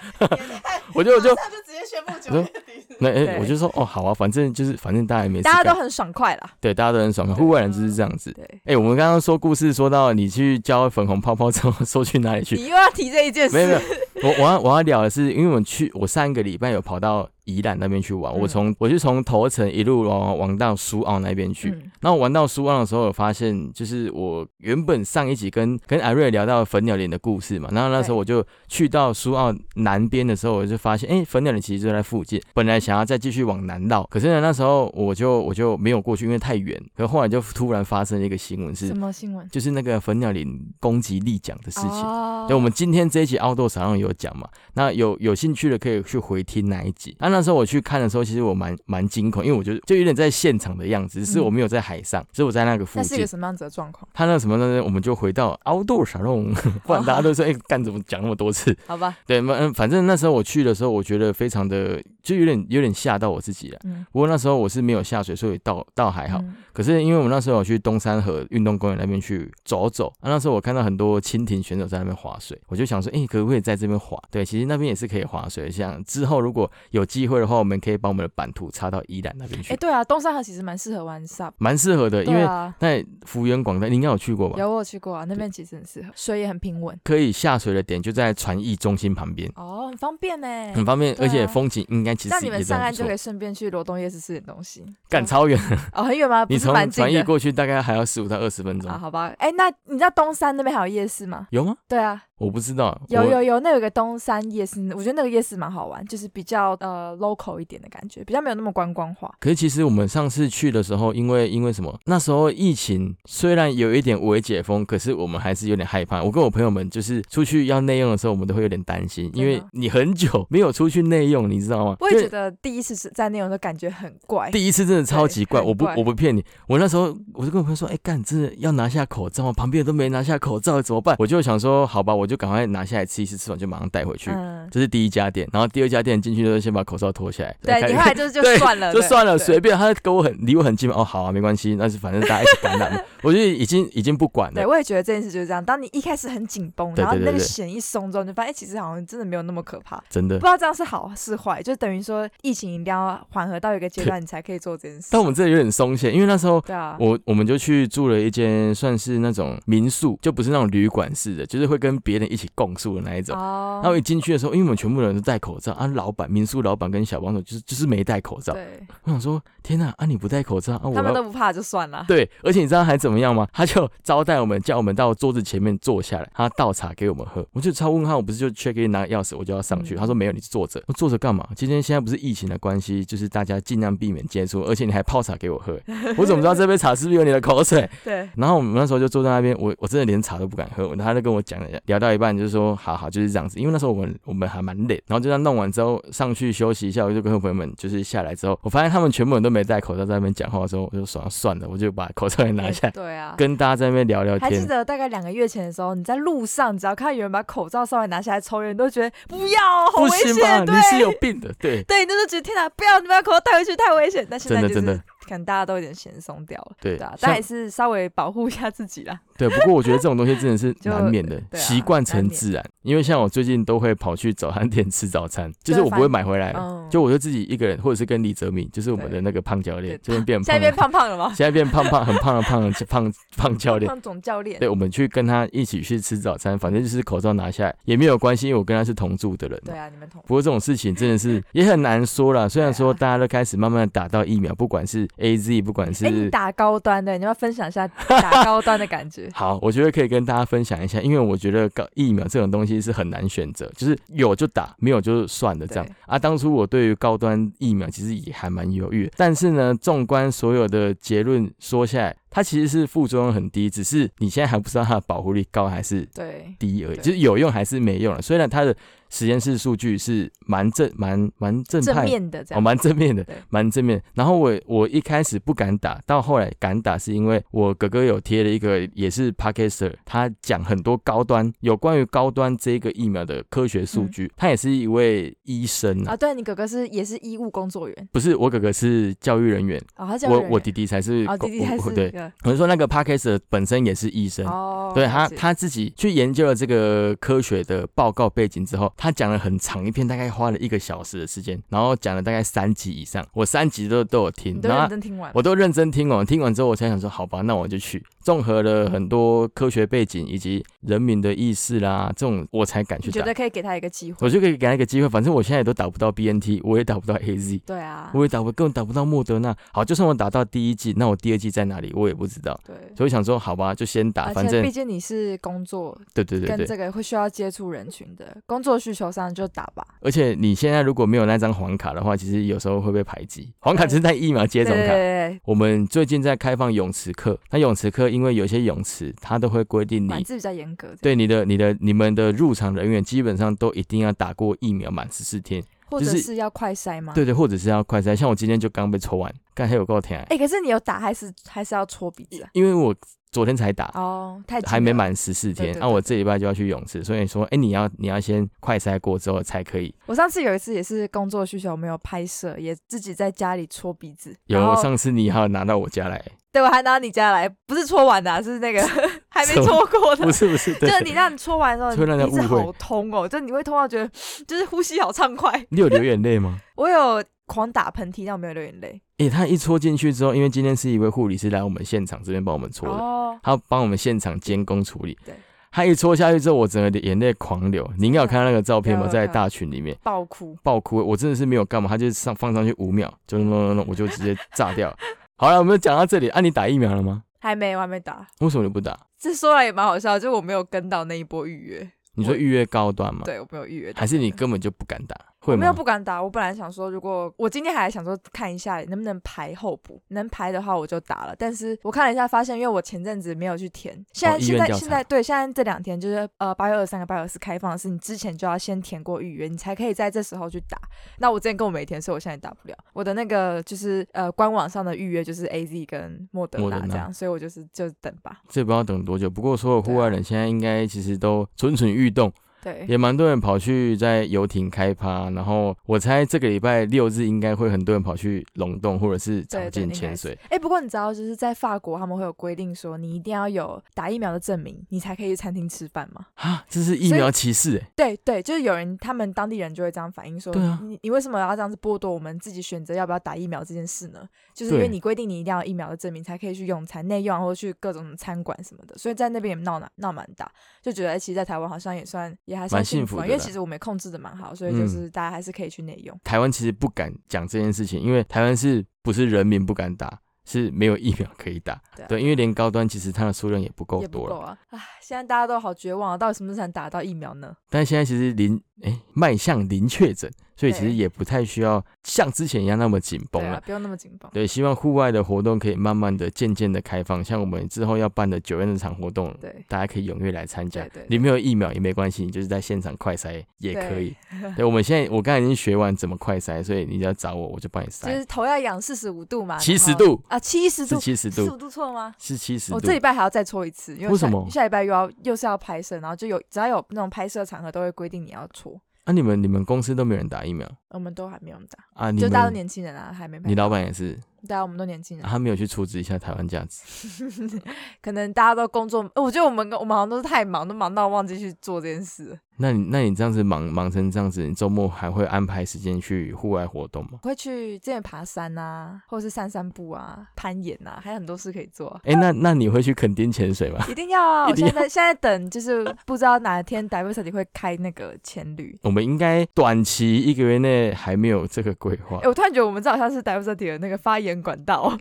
[SPEAKER 3] 哎”
[SPEAKER 1] 我就我 就
[SPEAKER 3] 马上就直接宣布九月底。
[SPEAKER 1] 那、哎，
[SPEAKER 2] 对
[SPEAKER 1] 我就说哦，好啊，反正就是反正大家也没事
[SPEAKER 2] 大家
[SPEAKER 1] 干，
[SPEAKER 2] 都很爽快啦，
[SPEAKER 1] 对，大家都很爽快，户外人就是这样子。
[SPEAKER 2] 对，
[SPEAKER 1] 哎、我们刚刚说故事，说到你去交粉红泡泡之后， 说去哪里去？
[SPEAKER 2] 你又要提这一件
[SPEAKER 1] 没有没有
[SPEAKER 2] 事，，
[SPEAKER 1] 我我要我要聊的是，因为我们去我上一个礼拜有跑到宜兰那边去玩，我
[SPEAKER 2] 嗯
[SPEAKER 1] 从我就从头城一路玩玩到苏澳那边去。
[SPEAKER 2] 嗯
[SPEAKER 1] 那我玩到苏澳的时候，有发现就是我原本上一集跟跟艾瑞聊到粉鸟林的故事嘛，然后那时候我就去到苏澳南边的时候，我就发现，哎、粉鸟林其实就在附近。本来想要再继续往南绕，可是呢，那时候我就我就没有过去，因为太远。可后来就突然发生了一个新闻，是
[SPEAKER 2] 什么新闻？
[SPEAKER 1] 就是那个粉鸟林攻击力奖的事情。
[SPEAKER 2] 哦
[SPEAKER 1] 对，我们今天这一集奥豆上有讲嘛，那有有兴趣的可以去回听那一集。那那时候我去看的时候，其实我蛮蛮惊恐，因为我觉得就有点在现场的样子，只是我没有在海上，只是我在那个附
[SPEAKER 2] 嗯那是一
[SPEAKER 1] 近
[SPEAKER 2] 个。什么样子的状况？
[SPEAKER 1] 他那什么呢？我们就回到 outdoor salon，不然大家都说哎，干、怎么讲那么多次？
[SPEAKER 2] 好吧，
[SPEAKER 1] 对，嗯，反正那时候我去的时候，我觉得非常的，就有点有点吓到我自己了。
[SPEAKER 2] 嗯，
[SPEAKER 1] 不过那时候我是没有下水，所以倒倒还好。
[SPEAKER 2] 嗯，
[SPEAKER 1] 可是因为我们那时候有去东山河运动公园那边去走走，啊、那时候我看到很多蜻蜓选手在那边划水，我就想说，哎、可不可以在这边划？对，其实那边也是可以划水。像之后如果有机会的话，我们可以把我们的版图插到宜兰那边去
[SPEAKER 2] 哎，，对啊，东山河其实蛮适合玩 SUP，
[SPEAKER 1] 蛮适、合的，因
[SPEAKER 2] 对
[SPEAKER 1] 为
[SPEAKER 2] 啊，
[SPEAKER 1] 在幅员广大，你应该有去过吧？
[SPEAKER 2] 有我有去过啊，那边其实很适合，水也很平稳，
[SPEAKER 1] 可以下水的点就在船艺中心旁边，
[SPEAKER 2] 哦，很方便呢。
[SPEAKER 1] 很方便，
[SPEAKER 2] 对
[SPEAKER 1] 而
[SPEAKER 2] 啊
[SPEAKER 1] 且风景应该其实
[SPEAKER 2] 那你
[SPEAKER 1] 也
[SPEAKER 2] 们
[SPEAKER 1] 是
[SPEAKER 2] 上
[SPEAKER 1] 很
[SPEAKER 2] 岸
[SPEAKER 1] 不
[SPEAKER 2] 就
[SPEAKER 1] 错
[SPEAKER 2] 可以。顺便去罗东夜市吃点 东西。
[SPEAKER 1] 干超远，
[SPEAKER 2] 哦，很远吗？不
[SPEAKER 1] 你
[SPEAKER 2] 是
[SPEAKER 1] 从
[SPEAKER 2] 蛮近
[SPEAKER 1] 船艺
[SPEAKER 2] 的
[SPEAKER 1] 过去大概还要十五到二十分钟
[SPEAKER 2] 啊，，好吧。哎，那你知道东山那边还有夜市吗？
[SPEAKER 1] 有吗？
[SPEAKER 2] 对啊，
[SPEAKER 1] 我不知道，
[SPEAKER 2] 有
[SPEAKER 1] 我
[SPEAKER 2] 有有，那有个东山夜市，我觉得那个夜市蛮好玩，就是比较呃 local 一点的感觉，比较没有那么观光化。
[SPEAKER 1] 可是其实我们上次去的时候，因为因为什么？那时候疫情虽然有一点微解封，可是我们还是有点害怕。我跟我朋友们就是出去要内用的时候，我们都会有点担心，
[SPEAKER 2] 真的
[SPEAKER 1] 因为你很久没有出去内用，你知道吗？
[SPEAKER 2] 我也觉
[SPEAKER 1] 就是
[SPEAKER 2] 得第一次是在那种的感觉很怪，
[SPEAKER 1] 第一次真的超级怪，
[SPEAKER 2] 对
[SPEAKER 1] 我不
[SPEAKER 2] 很怪
[SPEAKER 1] 我不骗你，我那时候我就跟我朋友说，哎、干，真的要拿下口罩吗？旁边人都没拿下口罩，怎么办？我就想说，好吧，我就赶快拿下来吃一次，吃完就马上带回去。
[SPEAKER 2] 嗯，
[SPEAKER 1] 这是第一家店，然后第二家店进去就是先把口罩脱下来，
[SPEAKER 2] 对
[SPEAKER 1] 看
[SPEAKER 2] 你后来就是就
[SPEAKER 1] 对
[SPEAKER 2] 算了，
[SPEAKER 1] 就
[SPEAKER 2] 对
[SPEAKER 1] 算了，
[SPEAKER 2] 对
[SPEAKER 1] 随便，他跟我很离我很近嘛，哦，好啊，没关系，那是反正大家一起感 染嘛，我觉得已经已经不管
[SPEAKER 2] 对，
[SPEAKER 1] 了，
[SPEAKER 2] 我也觉得这件事就是这样。当你一开始很紧绷，
[SPEAKER 1] 对
[SPEAKER 2] 然后
[SPEAKER 1] 对
[SPEAKER 2] 你
[SPEAKER 1] 对
[SPEAKER 2] 那个
[SPEAKER 1] 对
[SPEAKER 2] 弦一松之后，你就发现哎其实好像真的没有那么可怕。
[SPEAKER 1] 真的
[SPEAKER 2] 不知。道这样是好是坏，就等于说疫情一定要缓和到一个阶段，你才可以做这件事。
[SPEAKER 1] 但我们这里有点松懈，因为那时候
[SPEAKER 2] 对啊，
[SPEAKER 1] 我我们就去住了一间算是那种民宿，就不是那种旅馆式的，就是会跟别人一起共宿的那一种。
[SPEAKER 2] 哦
[SPEAKER 1] 然，后一进去的时候，因为我们全部人都戴口罩啊，老板、民宿老板跟小帮手就是就是没戴口罩。
[SPEAKER 2] 对，
[SPEAKER 1] 我想说，天哪，啊你不戴口罩啊，我
[SPEAKER 2] 他们
[SPEAKER 1] 要
[SPEAKER 2] 都不怕就算了。
[SPEAKER 1] 对，而且你知道还怎么样吗？他就招待我们，叫我们到桌子前面坐下来，他倒茶给我们喝。我就超问号，我不是就 check in 拿钥匙我就要上去，
[SPEAKER 2] 嗯
[SPEAKER 1] 他说没有，你坐着。我坐着干嘛？今天现在不是疫情的关系，就是大家尽量避免接触，而且你还泡茶给我喝，我怎么知道这杯茶是不是有你的口水？
[SPEAKER 2] 对，
[SPEAKER 1] 然后我们那时候就坐在那边，我我真的连茶都不敢喝。他就跟我讲了，聊到一半就说，好好就是这样子。因为那时候我们我们还蛮累，然后就这样弄完之后上去休息一下，我就跟朋友们就是下来之后，我发现他们全部人都没戴口罩在那边讲话的时候，我就想算了，我就把口罩也拿下 来，
[SPEAKER 2] 对啊。
[SPEAKER 1] 跟大家在那边聊聊
[SPEAKER 2] 还记
[SPEAKER 1] 天。
[SPEAKER 2] 得大概两个月前的时候，你在路上只要看到有人把口罩稍微拿下来抽烟，你都觉得不要，好
[SPEAKER 1] 不
[SPEAKER 2] 危
[SPEAKER 1] 行吧？
[SPEAKER 2] 险。
[SPEAKER 1] 你
[SPEAKER 2] 对，
[SPEAKER 1] 是有病的，对
[SPEAKER 2] 对，你就是觉得天哪，不要，你把口罩带回去太危险。但现在
[SPEAKER 1] 真的
[SPEAKER 2] 就是
[SPEAKER 1] 真的
[SPEAKER 2] 可能大家都有点闲松掉了。
[SPEAKER 1] 对
[SPEAKER 2] 对啊，
[SPEAKER 1] 像
[SPEAKER 2] 但也是稍微保护一下自己 啦。
[SPEAKER 1] 对。不过我觉得这种东西真的 是
[SPEAKER 2] 就
[SPEAKER 1] 难免的，
[SPEAKER 2] 对啊
[SPEAKER 1] 习惯成
[SPEAKER 2] 难免
[SPEAKER 1] 自然。因为像我最近都会跑去早餐店吃早餐，就是
[SPEAKER 2] 对
[SPEAKER 1] 我不
[SPEAKER 2] 反
[SPEAKER 1] 会买回来，
[SPEAKER 2] 嗯，
[SPEAKER 1] 哎就我就自己一个人，或者是跟李泽敏，就是我们
[SPEAKER 2] 对
[SPEAKER 1] 的那个胖教练
[SPEAKER 2] 对，
[SPEAKER 1] 这边变
[SPEAKER 2] 现在
[SPEAKER 1] 胖，
[SPEAKER 2] 变胖胖了吗？
[SPEAKER 1] 现在变胖胖，很胖的胖 的胖胖 教练。
[SPEAKER 2] 胖总教练。
[SPEAKER 1] 对，我们去跟他一起去吃早餐，反正就是口罩拿下来也没有关系，因为我跟他是同住的人嘛。
[SPEAKER 2] 对啊，你们同
[SPEAKER 1] 不过这种事情真的是也很难说啦。虽然
[SPEAKER 2] 对啊
[SPEAKER 1] 说大家都开始慢慢的打到疫苗，不管是 A Z，不管
[SPEAKER 2] 哎，你
[SPEAKER 1] 是
[SPEAKER 2] 打高端的，你要不要分享一下 打高端的感觉。
[SPEAKER 1] 好，我觉得可以跟大家分享一下，因为我觉得搞疫苗这种东西是很难选择，就是有就打，没有就算了这样
[SPEAKER 2] 对
[SPEAKER 1] 啊。当初我对于高端疫苗其实也还蛮犹豫的，但是呢，纵观所有的结论说下来，它其实是副作用很低，只是你现在还不知道它的保护力高还是
[SPEAKER 2] 对，
[SPEAKER 1] 低而已，
[SPEAKER 2] 对
[SPEAKER 1] 就是有用还是没用了。虽然它的实验室数据是蛮正、蛮蛮正
[SPEAKER 2] 正
[SPEAKER 1] 派的。
[SPEAKER 2] 面的这
[SPEAKER 1] 哦，
[SPEAKER 2] 样。
[SPEAKER 1] 蛮正面的
[SPEAKER 2] 对，
[SPEAKER 1] 蛮正面。然后我我一开始不敢打，到后来敢打，是因为我哥哥有贴了一个也是 Podcaster，他讲很多高端有关于高端这个疫苗的科学数据，他也是一位医生啊。
[SPEAKER 2] 嗯啊，对你哥哥是也是医务工作员
[SPEAKER 1] 不是，我哥哥是教育人员，
[SPEAKER 2] 哦，他叫
[SPEAKER 1] 我
[SPEAKER 2] 人
[SPEAKER 1] 我弟弟才是
[SPEAKER 2] 哦，
[SPEAKER 1] 狗
[SPEAKER 2] 弟弟还
[SPEAKER 1] 我
[SPEAKER 2] 是
[SPEAKER 1] 我对
[SPEAKER 2] 一，个
[SPEAKER 1] 我是说那个 p a d c a s t 本身也是医生，
[SPEAKER 2] 哦，
[SPEAKER 1] 对
[SPEAKER 2] 了
[SPEAKER 1] 他，
[SPEAKER 2] 解
[SPEAKER 1] 他自己去研究了这个科学的报告背景之后，他讲了很长一篇，大概花了一个小时的时间，然后讲了大概三集以上，我三集都都有听
[SPEAKER 2] 你，都
[SPEAKER 1] 然
[SPEAKER 2] 认
[SPEAKER 1] 后
[SPEAKER 2] 真听完，
[SPEAKER 1] 我都认真听完，听完之后我才想说，好吧，那我就去。综合了很多科学背景以及人民的意识啦，这种我才敢去
[SPEAKER 2] 你觉
[SPEAKER 1] 打
[SPEAKER 2] 得。可以给他一个机会？
[SPEAKER 1] 我就可以给他一个机会，反正我现在也都打不到 BNT，我也打不到 AZ，
[SPEAKER 2] 对啊，
[SPEAKER 1] 我也打不根本打不到莫德纳。好，就算我打到第一季，那我第二季在哪里我也不知道，
[SPEAKER 2] 对，
[SPEAKER 1] 所以我想说，好吧，就先打，
[SPEAKER 2] 而
[SPEAKER 1] 反
[SPEAKER 2] 且
[SPEAKER 1] 正
[SPEAKER 2] 毕竟你是工作
[SPEAKER 1] 对对对
[SPEAKER 2] 跟
[SPEAKER 1] 对。
[SPEAKER 2] 这个会需要接触人群的工作需求上就打吧，
[SPEAKER 1] 而且你现在如果没有那张黄卡的话，其实有时候会被排挤。黄卡就是在疫苗接
[SPEAKER 2] 对
[SPEAKER 1] 种
[SPEAKER 2] 对对
[SPEAKER 1] 卡。
[SPEAKER 2] 对，
[SPEAKER 1] 我们最近在开放泳池课，那泳池课因为有些泳池它都会规定
[SPEAKER 2] 管
[SPEAKER 1] 你
[SPEAKER 2] 制比较严格，，
[SPEAKER 1] 对你的、你的、你们的入场人员基本上都一定要打过疫苗满十四天，
[SPEAKER 2] 或
[SPEAKER 1] 就
[SPEAKER 2] 者
[SPEAKER 1] 是
[SPEAKER 2] 是啊要快筛吗？
[SPEAKER 1] 对对，或者是要快筛。像我今天就刚被抽完，刚才有够甜，
[SPEAKER 2] 哎，可是你有打还是还是要戳鼻子啊？
[SPEAKER 1] 因为我昨天才打，
[SPEAKER 2] 哦，太近
[SPEAKER 1] 还没
[SPEAKER 2] 了
[SPEAKER 1] 满十四
[SPEAKER 2] 对
[SPEAKER 1] 天，
[SPEAKER 2] 对
[SPEAKER 1] 那
[SPEAKER 2] 对
[SPEAKER 1] 我这礼拜就要去泳池，所以说，哎，你要你要先快筛过之后才可以。
[SPEAKER 2] 我上次有一次也是工作需求，没有拍摄，也自己在家里搓鼻子。然
[SPEAKER 1] 有
[SPEAKER 2] 后
[SPEAKER 1] 上次你还有拿到我家来，
[SPEAKER 2] 对我还拿到你家来，不是搓完的、啊，是那个还没
[SPEAKER 1] 什么
[SPEAKER 2] 搓过的
[SPEAKER 1] 不。是不是，
[SPEAKER 2] 就
[SPEAKER 1] 对。
[SPEAKER 2] 是你让你搓完的时
[SPEAKER 1] 会
[SPEAKER 2] 候，
[SPEAKER 1] 让
[SPEAKER 2] 你
[SPEAKER 1] 人
[SPEAKER 2] 鼻子
[SPEAKER 1] 误会
[SPEAKER 2] 好通哦，就你会通到觉得就是呼吸好畅快。
[SPEAKER 1] 你有流眼泪吗？
[SPEAKER 2] 我有狂打喷嚏，但我没有流眼泪。
[SPEAKER 1] 诶、他一戳进去之后，因为今天是一位护理师来我们现场这边帮我们戳的，
[SPEAKER 2] 哦，
[SPEAKER 1] 他帮我们现场监工处理。
[SPEAKER 2] 对，
[SPEAKER 1] 他一戳下去之后，我整个的眼泪狂流。你应该有看到那个照片吗？
[SPEAKER 2] 有有
[SPEAKER 1] 在大群里面
[SPEAKER 2] 爆哭。
[SPEAKER 1] 爆哭，我真的是没有干嘛，他就上放上去五秒，就弄弄弄，我就直接炸掉了。好了，我们讲到这里。啊，你打疫苗了吗？
[SPEAKER 2] 还没，我还没打。
[SPEAKER 1] 为什么你不打？
[SPEAKER 2] 这说来也蛮好笑，就我没有跟到那一波预约，
[SPEAKER 1] 你说预约高端吗？
[SPEAKER 2] 对我没有预约到。
[SPEAKER 1] 还是你根本就不敢打，会
[SPEAKER 2] 我没有
[SPEAKER 1] 吗？
[SPEAKER 2] 不敢打，我本来想说，如果我今天还想说看一下能不能排候补，能排的话我就打了。但是我看了一下，发现因为我前阵子没有去填，现在、
[SPEAKER 1] 意
[SPEAKER 2] 现
[SPEAKER 1] 愿
[SPEAKER 2] 在
[SPEAKER 1] 哦调
[SPEAKER 2] 现
[SPEAKER 1] 查
[SPEAKER 2] 在对现在这两天就是呃八月二三跟八月二四开放的是，你之前就要先填过预约，你才可以在这时候去打。那我之前跟我没填，所以我现在打不了。我的那个就是呃官网上的预约就是 A Z 跟莫德
[SPEAKER 1] 莫
[SPEAKER 2] 纳
[SPEAKER 1] 德纳
[SPEAKER 2] 这样，所以我就是就等吧。
[SPEAKER 1] 这不知道等多久。不过所有户
[SPEAKER 2] 对啊
[SPEAKER 1] 外人现在应该其实都蠢蠢欲动，
[SPEAKER 2] 对，
[SPEAKER 1] 也蛮多人跑去在游艇开趴。然后我猜这个礼拜六日应该会很多人跑去龙洞或者是
[SPEAKER 2] 对
[SPEAKER 1] 长
[SPEAKER 2] 对
[SPEAKER 1] 进
[SPEAKER 2] 应该
[SPEAKER 1] 潜
[SPEAKER 2] 是
[SPEAKER 1] 水。
[SPEAKER 2] 哎、不过你知道，就是在法国他们会有规定说，你一定要有打疫苗的证明，你才可以去餐厅吃饭吗？
[SPEAKER 1] 啊，这是疫
[SPEAKER 2] 所以
[SPEAKER 1] 苗歧视哎、
[SPEAKER 2] 对对，就是有人他们当地人就会这样反映说，
[SPEAKER 1] 对啊
[SPEAKER 2] 你你为什么要这样子剥夺我们自己选择要不要打疫苗这件事呢？就是因为
[SPEAKER 1] 对
[SPEAKER 2] 你规定你一定要有疫苗的证明才可以去用餐、内用啊或者去各种餐馆什么的，所以在那边也闹闹闹蛮大，就觉得、哎其实，在台湾好像也算也还算
[SPEAKER 1] 蛮幸
[SPEAKER 2] 幸福
[SPEAKER 1] 福
[SPEAKER 2] 啊，
[SPEAKER 1] 的
[SPEAKER 2] 因为
[SPEAKER 1] 啦
[SPEAKER 2] 其实我们控制的蛮好，所以就
[SPEAKER 1] 嗯
[SPEAKER 2] 是大家还是可以去内用。
[SPEAKER 1] 台湾其实不敢讲这件事情，因为台湾是不是人民不敢打，是没有疫苗可以打。
[SPEAKER 2] 对啊
[SPEAKER 1] 对，因为连高端其实它的数量也不够
[SPEAKER 2] 也不
[SPEAKER 1] 多了。
[SPEAKER 2] 够啊！唉，现在大家都好绝望啊！到底什么时候才能打到疫苗呢？
[SPEAKER 1] 但现在其实零哎迈向零确诊，所以其实
[SPEAKER 2] 对
[SPEAKER 1] 也不太需要像之前一样那么紧绷
[SPEAKER 2] 对啊
[SPEAKER 1] 了。，
[SPEAKER 2] 不用那么紧绷。
[SPEAKER 1] 对，希望户外的活动可以慢慢的、渐渐的开放，像我们之后要办的九月那场活动，
[SPEAKER 2] 对
[SPEAKER 1] 大家可以踊跃来参加。
[SPEAKER 2] 对对对
[SPEAKER 1] 你没有疫苗也没关系，你就是在现场快筛也可
[SPEAKER 2] 对
[SPEAKER 1] 以。 对，我们现在我刚才已经学完怎么快筛，所以你只要找我，我就帮你
[SPEAKER 2] 就
[SPEAKER 1] 筛
[SPEAKER 2] 是。头要仰四十五度嘛，
[SPEAKER 1] 70
[SPEAKER 2] 然后
[SPEAKER 1] 度
[SPEAKER 2] 啊，七十
[SPEAKER 1] 是
[SPEAKER 2] 度，
[SPEAKER 1] 七十
[SPEAKER 2] 四
[SPEAKER 1] 度
[SPEAKER 2] 十，度错了吗？
[SPEAKER 1] 是七十
[SPEAKER 2] 我
[SPEAKER 1] 度。
[SPEAKER 2] 这礼拜还要再搓一次，因为
[SPEAKER 1] 为什
[SPEAKER 2] 下
[SPEAKER 1] 么
[SPEAKER 2] 下礼拜又要又是要拍摄，然后就有只要有那种拍摄场合都会规定你要搓，
[SPEAKER 1] 啊，你们你们公司都没有人打疫苗
[SPEAKER 2] 我们都还没有打，
[SPEAKER 1] 啊？你
[SPEAKER 2] 就大家都
[SPEAKER 1] 们
[SPEAKER 2] 年轻人啊，还没拍嗯
[SPEAKER 1] 你，老板也是，
[SPEAKER 2] 大家我们都年轻人
[SPEAKER 1] 啊，他没有去出资一下台湾价值。
[SPEAKER 2] 可能大家都工作，呃我觉得我们我们好像都是太忙，都忙到忘记去做这件事了，
[SPEAKER 1] 那你那你这样子忙忙成这样子，你周末还会安排时间去户外活动吗？
[SPEAKER 2] 会去之前爬山啊，或是散散步啊，攀岩啊，还有很多事可以做啊、
[SPEAKER 1] 哎、那那你会去垦丁潜水吗？
[SPEAKER 2] 一定要啊！
[SPEAKER 1] 一
[SPEAKER 2] 我
[SPEAKER 1] 定
[SPEAKER 2] 现在现在等，就是不知道哪天 Diversity 会开那个潜旅，
[SPEAKER 1] 我们应该短期一个月内还没有这个规划
[SPEAKER 2] 哎、，我突然觉得我们这好像是 Diversity 的那个发言管道 哦，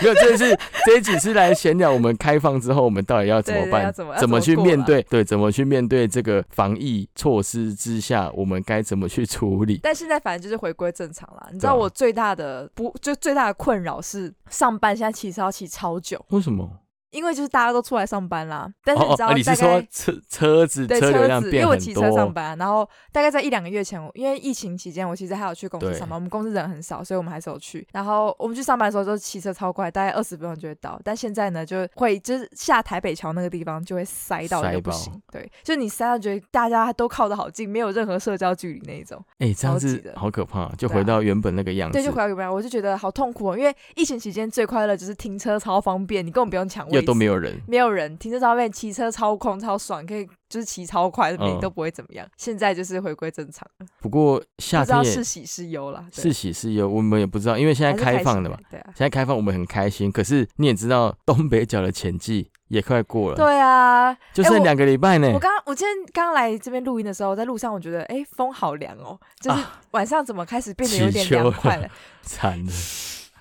[SPEAKER 1] 没有，这是这几次来闲聊，我们开放之后，我们到底要怎么
[SPEAKER 2] 对对
[SPEAKER 1] 办
[SPEAKER 2] 要？怎么要
[SPEAKER 1] 么
[SPEAKER 2] 怎么
[SPEAKER 1] 去
[SPEAKER 2] 过
[SPEAKER 1] 面
[SPEAKER 2] 啦
[SPEAKER 1] 对？对，怎么去面对这个防疫措施之下，我们该怎么去处理？
[SPEAKER 2] 但现在反正就是回归正常啦。你知
[SPEAKER 1] 对啊
[SPEAKER 2] 道我最大的不就最大的困扰是上班现在骑车要骑超久，
[SPEAKER 1] 为什么？
[SPEAKER 2] 因为就是大家都出来上班啦。但是
[SPEAKER 1] 哦
[SPEAKER 2] 你
[SPEAKER 1] 哦
[SPEAKER 2] 知道
[SPEAKER 1] 啊，你
[SPEAKER 2] 大
[SPEAKER 1] 是说
[SPEAKER 2] 概。
[SPEAKER 1] 车车子
[SPEAKER 2] 对
[SPEAKER 1] 流量
[SPEAKER 2] 子，因为
[SPEAKER 1] 变
[SPEAKER 2] 我
[SPEAKER 1] 很
[SPEAKER 2] 骑车上
[SPEAKER 1] 多？
[SPEAKER 2] 班，然后大概在一两个月前，我因为疫情期间，我其实还有去公司
[SPEAKER 1] 对
[SPEAKER 2] 上班。我们公司人很少，所以我们还是有去。然后我们去上班的时候，就是骑车超快，大概二十分钟就会到。但现在呢，就会就是下台北桥那个地方就会塞到一
[SPEAKER 1] 塞
[SPEAKER 2] 个不
[SPEAKER 1] 爆
[SPEAKER 2] 行，对，就你塞到觉得大家都靠得好近，没有任何社交距离那一种。
[SPEAKER 1] 哎、这样
[SPEAKER 2] 超级
[SPEAKER 1] 子
[SPEAKER 2] 的
[SPEAKER 1] 好可怕，就
[SPEAKER 2] 对
[SPEAKER 1] 回
[SPEAKER 2] 啊
[SPEAKER 1] 到原本那个样子
[SPEAKER 2] 对，就，回到原本，我就觉得好痛苦哦。因为疫情期间最快乐就是停车超方便，你根本不用抢位置，
[SPEAKER 1] 又都没有人。
[SPEAKER 2] 没有人停车超方便，骑车超空超爽，可以就是骑超快，每、
[SPEAKER 1] 嗯
[SPEAKER 2] 都不会怎么样。现在就是回归正常，
[SPEAKER 1] 不过夏
[SPEAKER 2] 不知道
[SPEAKER 1] 天
[SPEAKER 2] 是
[SPEAKER 1] 也
[SPEAKER 2] 喜是忧啦，对
[SPEAKER 1] 啊是喜是忧，我们也不知道，因为现在
[SPEAKER 2] 还是
[SPEAKER 1] 开
[SPEAKER 2] 心
[SPEAKER 1] 放了嘛
[SPEAKER 2] 的，，对啊。
[SPEAKER 1] 现在开放我们很开心。可是你也知道，东北角的前季也快过了，，
[SPEAKER 2] 对啊，
[SPEAKER 1] 就
[SPEAKER 2] 哎
[SPEAKER 1] 剩
[SPEAKER 2] 我
[SPEAKER 1] 两个礼拜呢
[SPEAKER 2] 我。刚我今天刚来这边录音的时候，在路上我觉得，哎，风好凉哦，就是
[SPEAKER 1] 啊
[SPEAKER 2] 晚上怎么开始变得有
[SPEAKER 1] 起
[SPEAKER 2] 点
[SPEAKER 1] 秋
[SPEAKER 2] 凉
[SPEAKER 1] 了
[SPEAKER 2] 快了？
[SPEAKER 1] 惨了，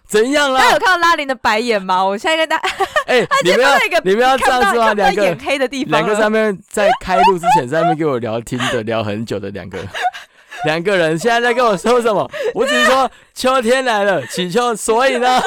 [SPEAKER 1] 怎样
[SPEAKER 2] 大家
[SPEAKER 1] 啦
[SPEAKER 2] 有？看到拉林的白眼吗？我现在跟大家
[SPEAKER 1] 哎、 你们 要
[SPEAKER 2] 那个
[SPEAKER 1] 你们要这
[SPEAKER 2] 看
[SPEAKER 1] 样
[SPEAKER 2] 不
[SPEAKER 1] 子
[SPEAKER 2] 到
[SPEAKER 1] 吗？
[SPEAKER 2] 看不到
[SPEAKER 1] 两个
[SPEAKER 2] 眼黑的地方
[SPEAKER 1] 两
[SPEAKER 2] 了，
[SPEAKER 1] 个上面在开录之前，在那边跟我聊天的，聊很久的两个 两个人，现在在跟我说什么？我只是说秋天来了，起秋，所以 呢，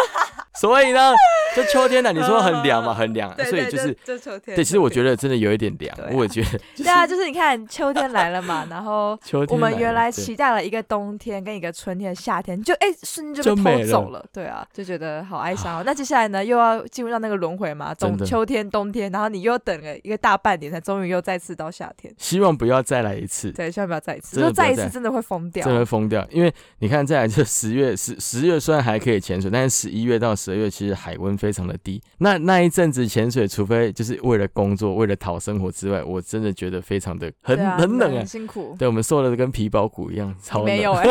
[SPEAKER 1] 所以呢，就秋天了。你说很凉嘛，很凉，啊
[SPEAKER 2] 对
[SPEAKER 1] 所以
[SPEAKER 2] 对
[SPEAKER 1] 就是
[SPEAKER 2] 就秋天。
[SPEAKER 1] 对。其实我觉
[SPEAKER 2] 得，
[SPEAKER 1] 得真的有一点凉
[SPEAKER 2] 对啊，
[SPEAKER 1] 我也觉得
[SPEAKER 2] 对啊，就是你看秋天来了嘛，然后
[SPEAKER 1] 秋天
[SPEAKER 2] 我们原来
[SPEAKER 1] 对
[SPEAKER 2] 期待了一个冬天跟一个春天、夏天，就哎瞬间
[SPEAKER 1] 就
[SPEAKER 2] 就
[SPEAKER 1] 没
[SPEAKER 2] 被
[SPEAKER 1] 了
[SPEAKER 2] 偷走了，对啊，就觉得好哀伤哦。那接下来呢，又要进入到那个轮回嘛，
[SPEAKER 1] 真
[SPEAKER 2] 冬
[SPEAKER 1] 的
[SPEAKER 2] 秋天、冬天，然后你又等了一个大半年，才终于又再次到夏天。
[SPEAKER 1] 希望不要再来一次，
[SPEAKER 2] 对，千万不要再一次，
[SPEAKER 1] 真的
[SPEAKER 2] 就再一
[SPEAKER 1] 不要
[SPEAKER 2] 次
[SPEAKER 1] 再
[SPEAKER 2] 真的会疯掉
[SPEAKER 1] 真。的会疯掉。因为你看，再来就十月十十月虽然还可以潜水，但是十一月到十二月其实海温非常的低。那那一阵子潜水，除非就是为了工作、为了讨生活之外，我真的觉得非常的很、
[SPEAKER 2] 对啊
[SPEAKER 1] 很冷哎、
[SPEAKER 2] 很辛苦。
[SPEAKER 1] 对我们瘦的跟皮包骨一样，超冷。
[SPEAKER 2] 没有哎、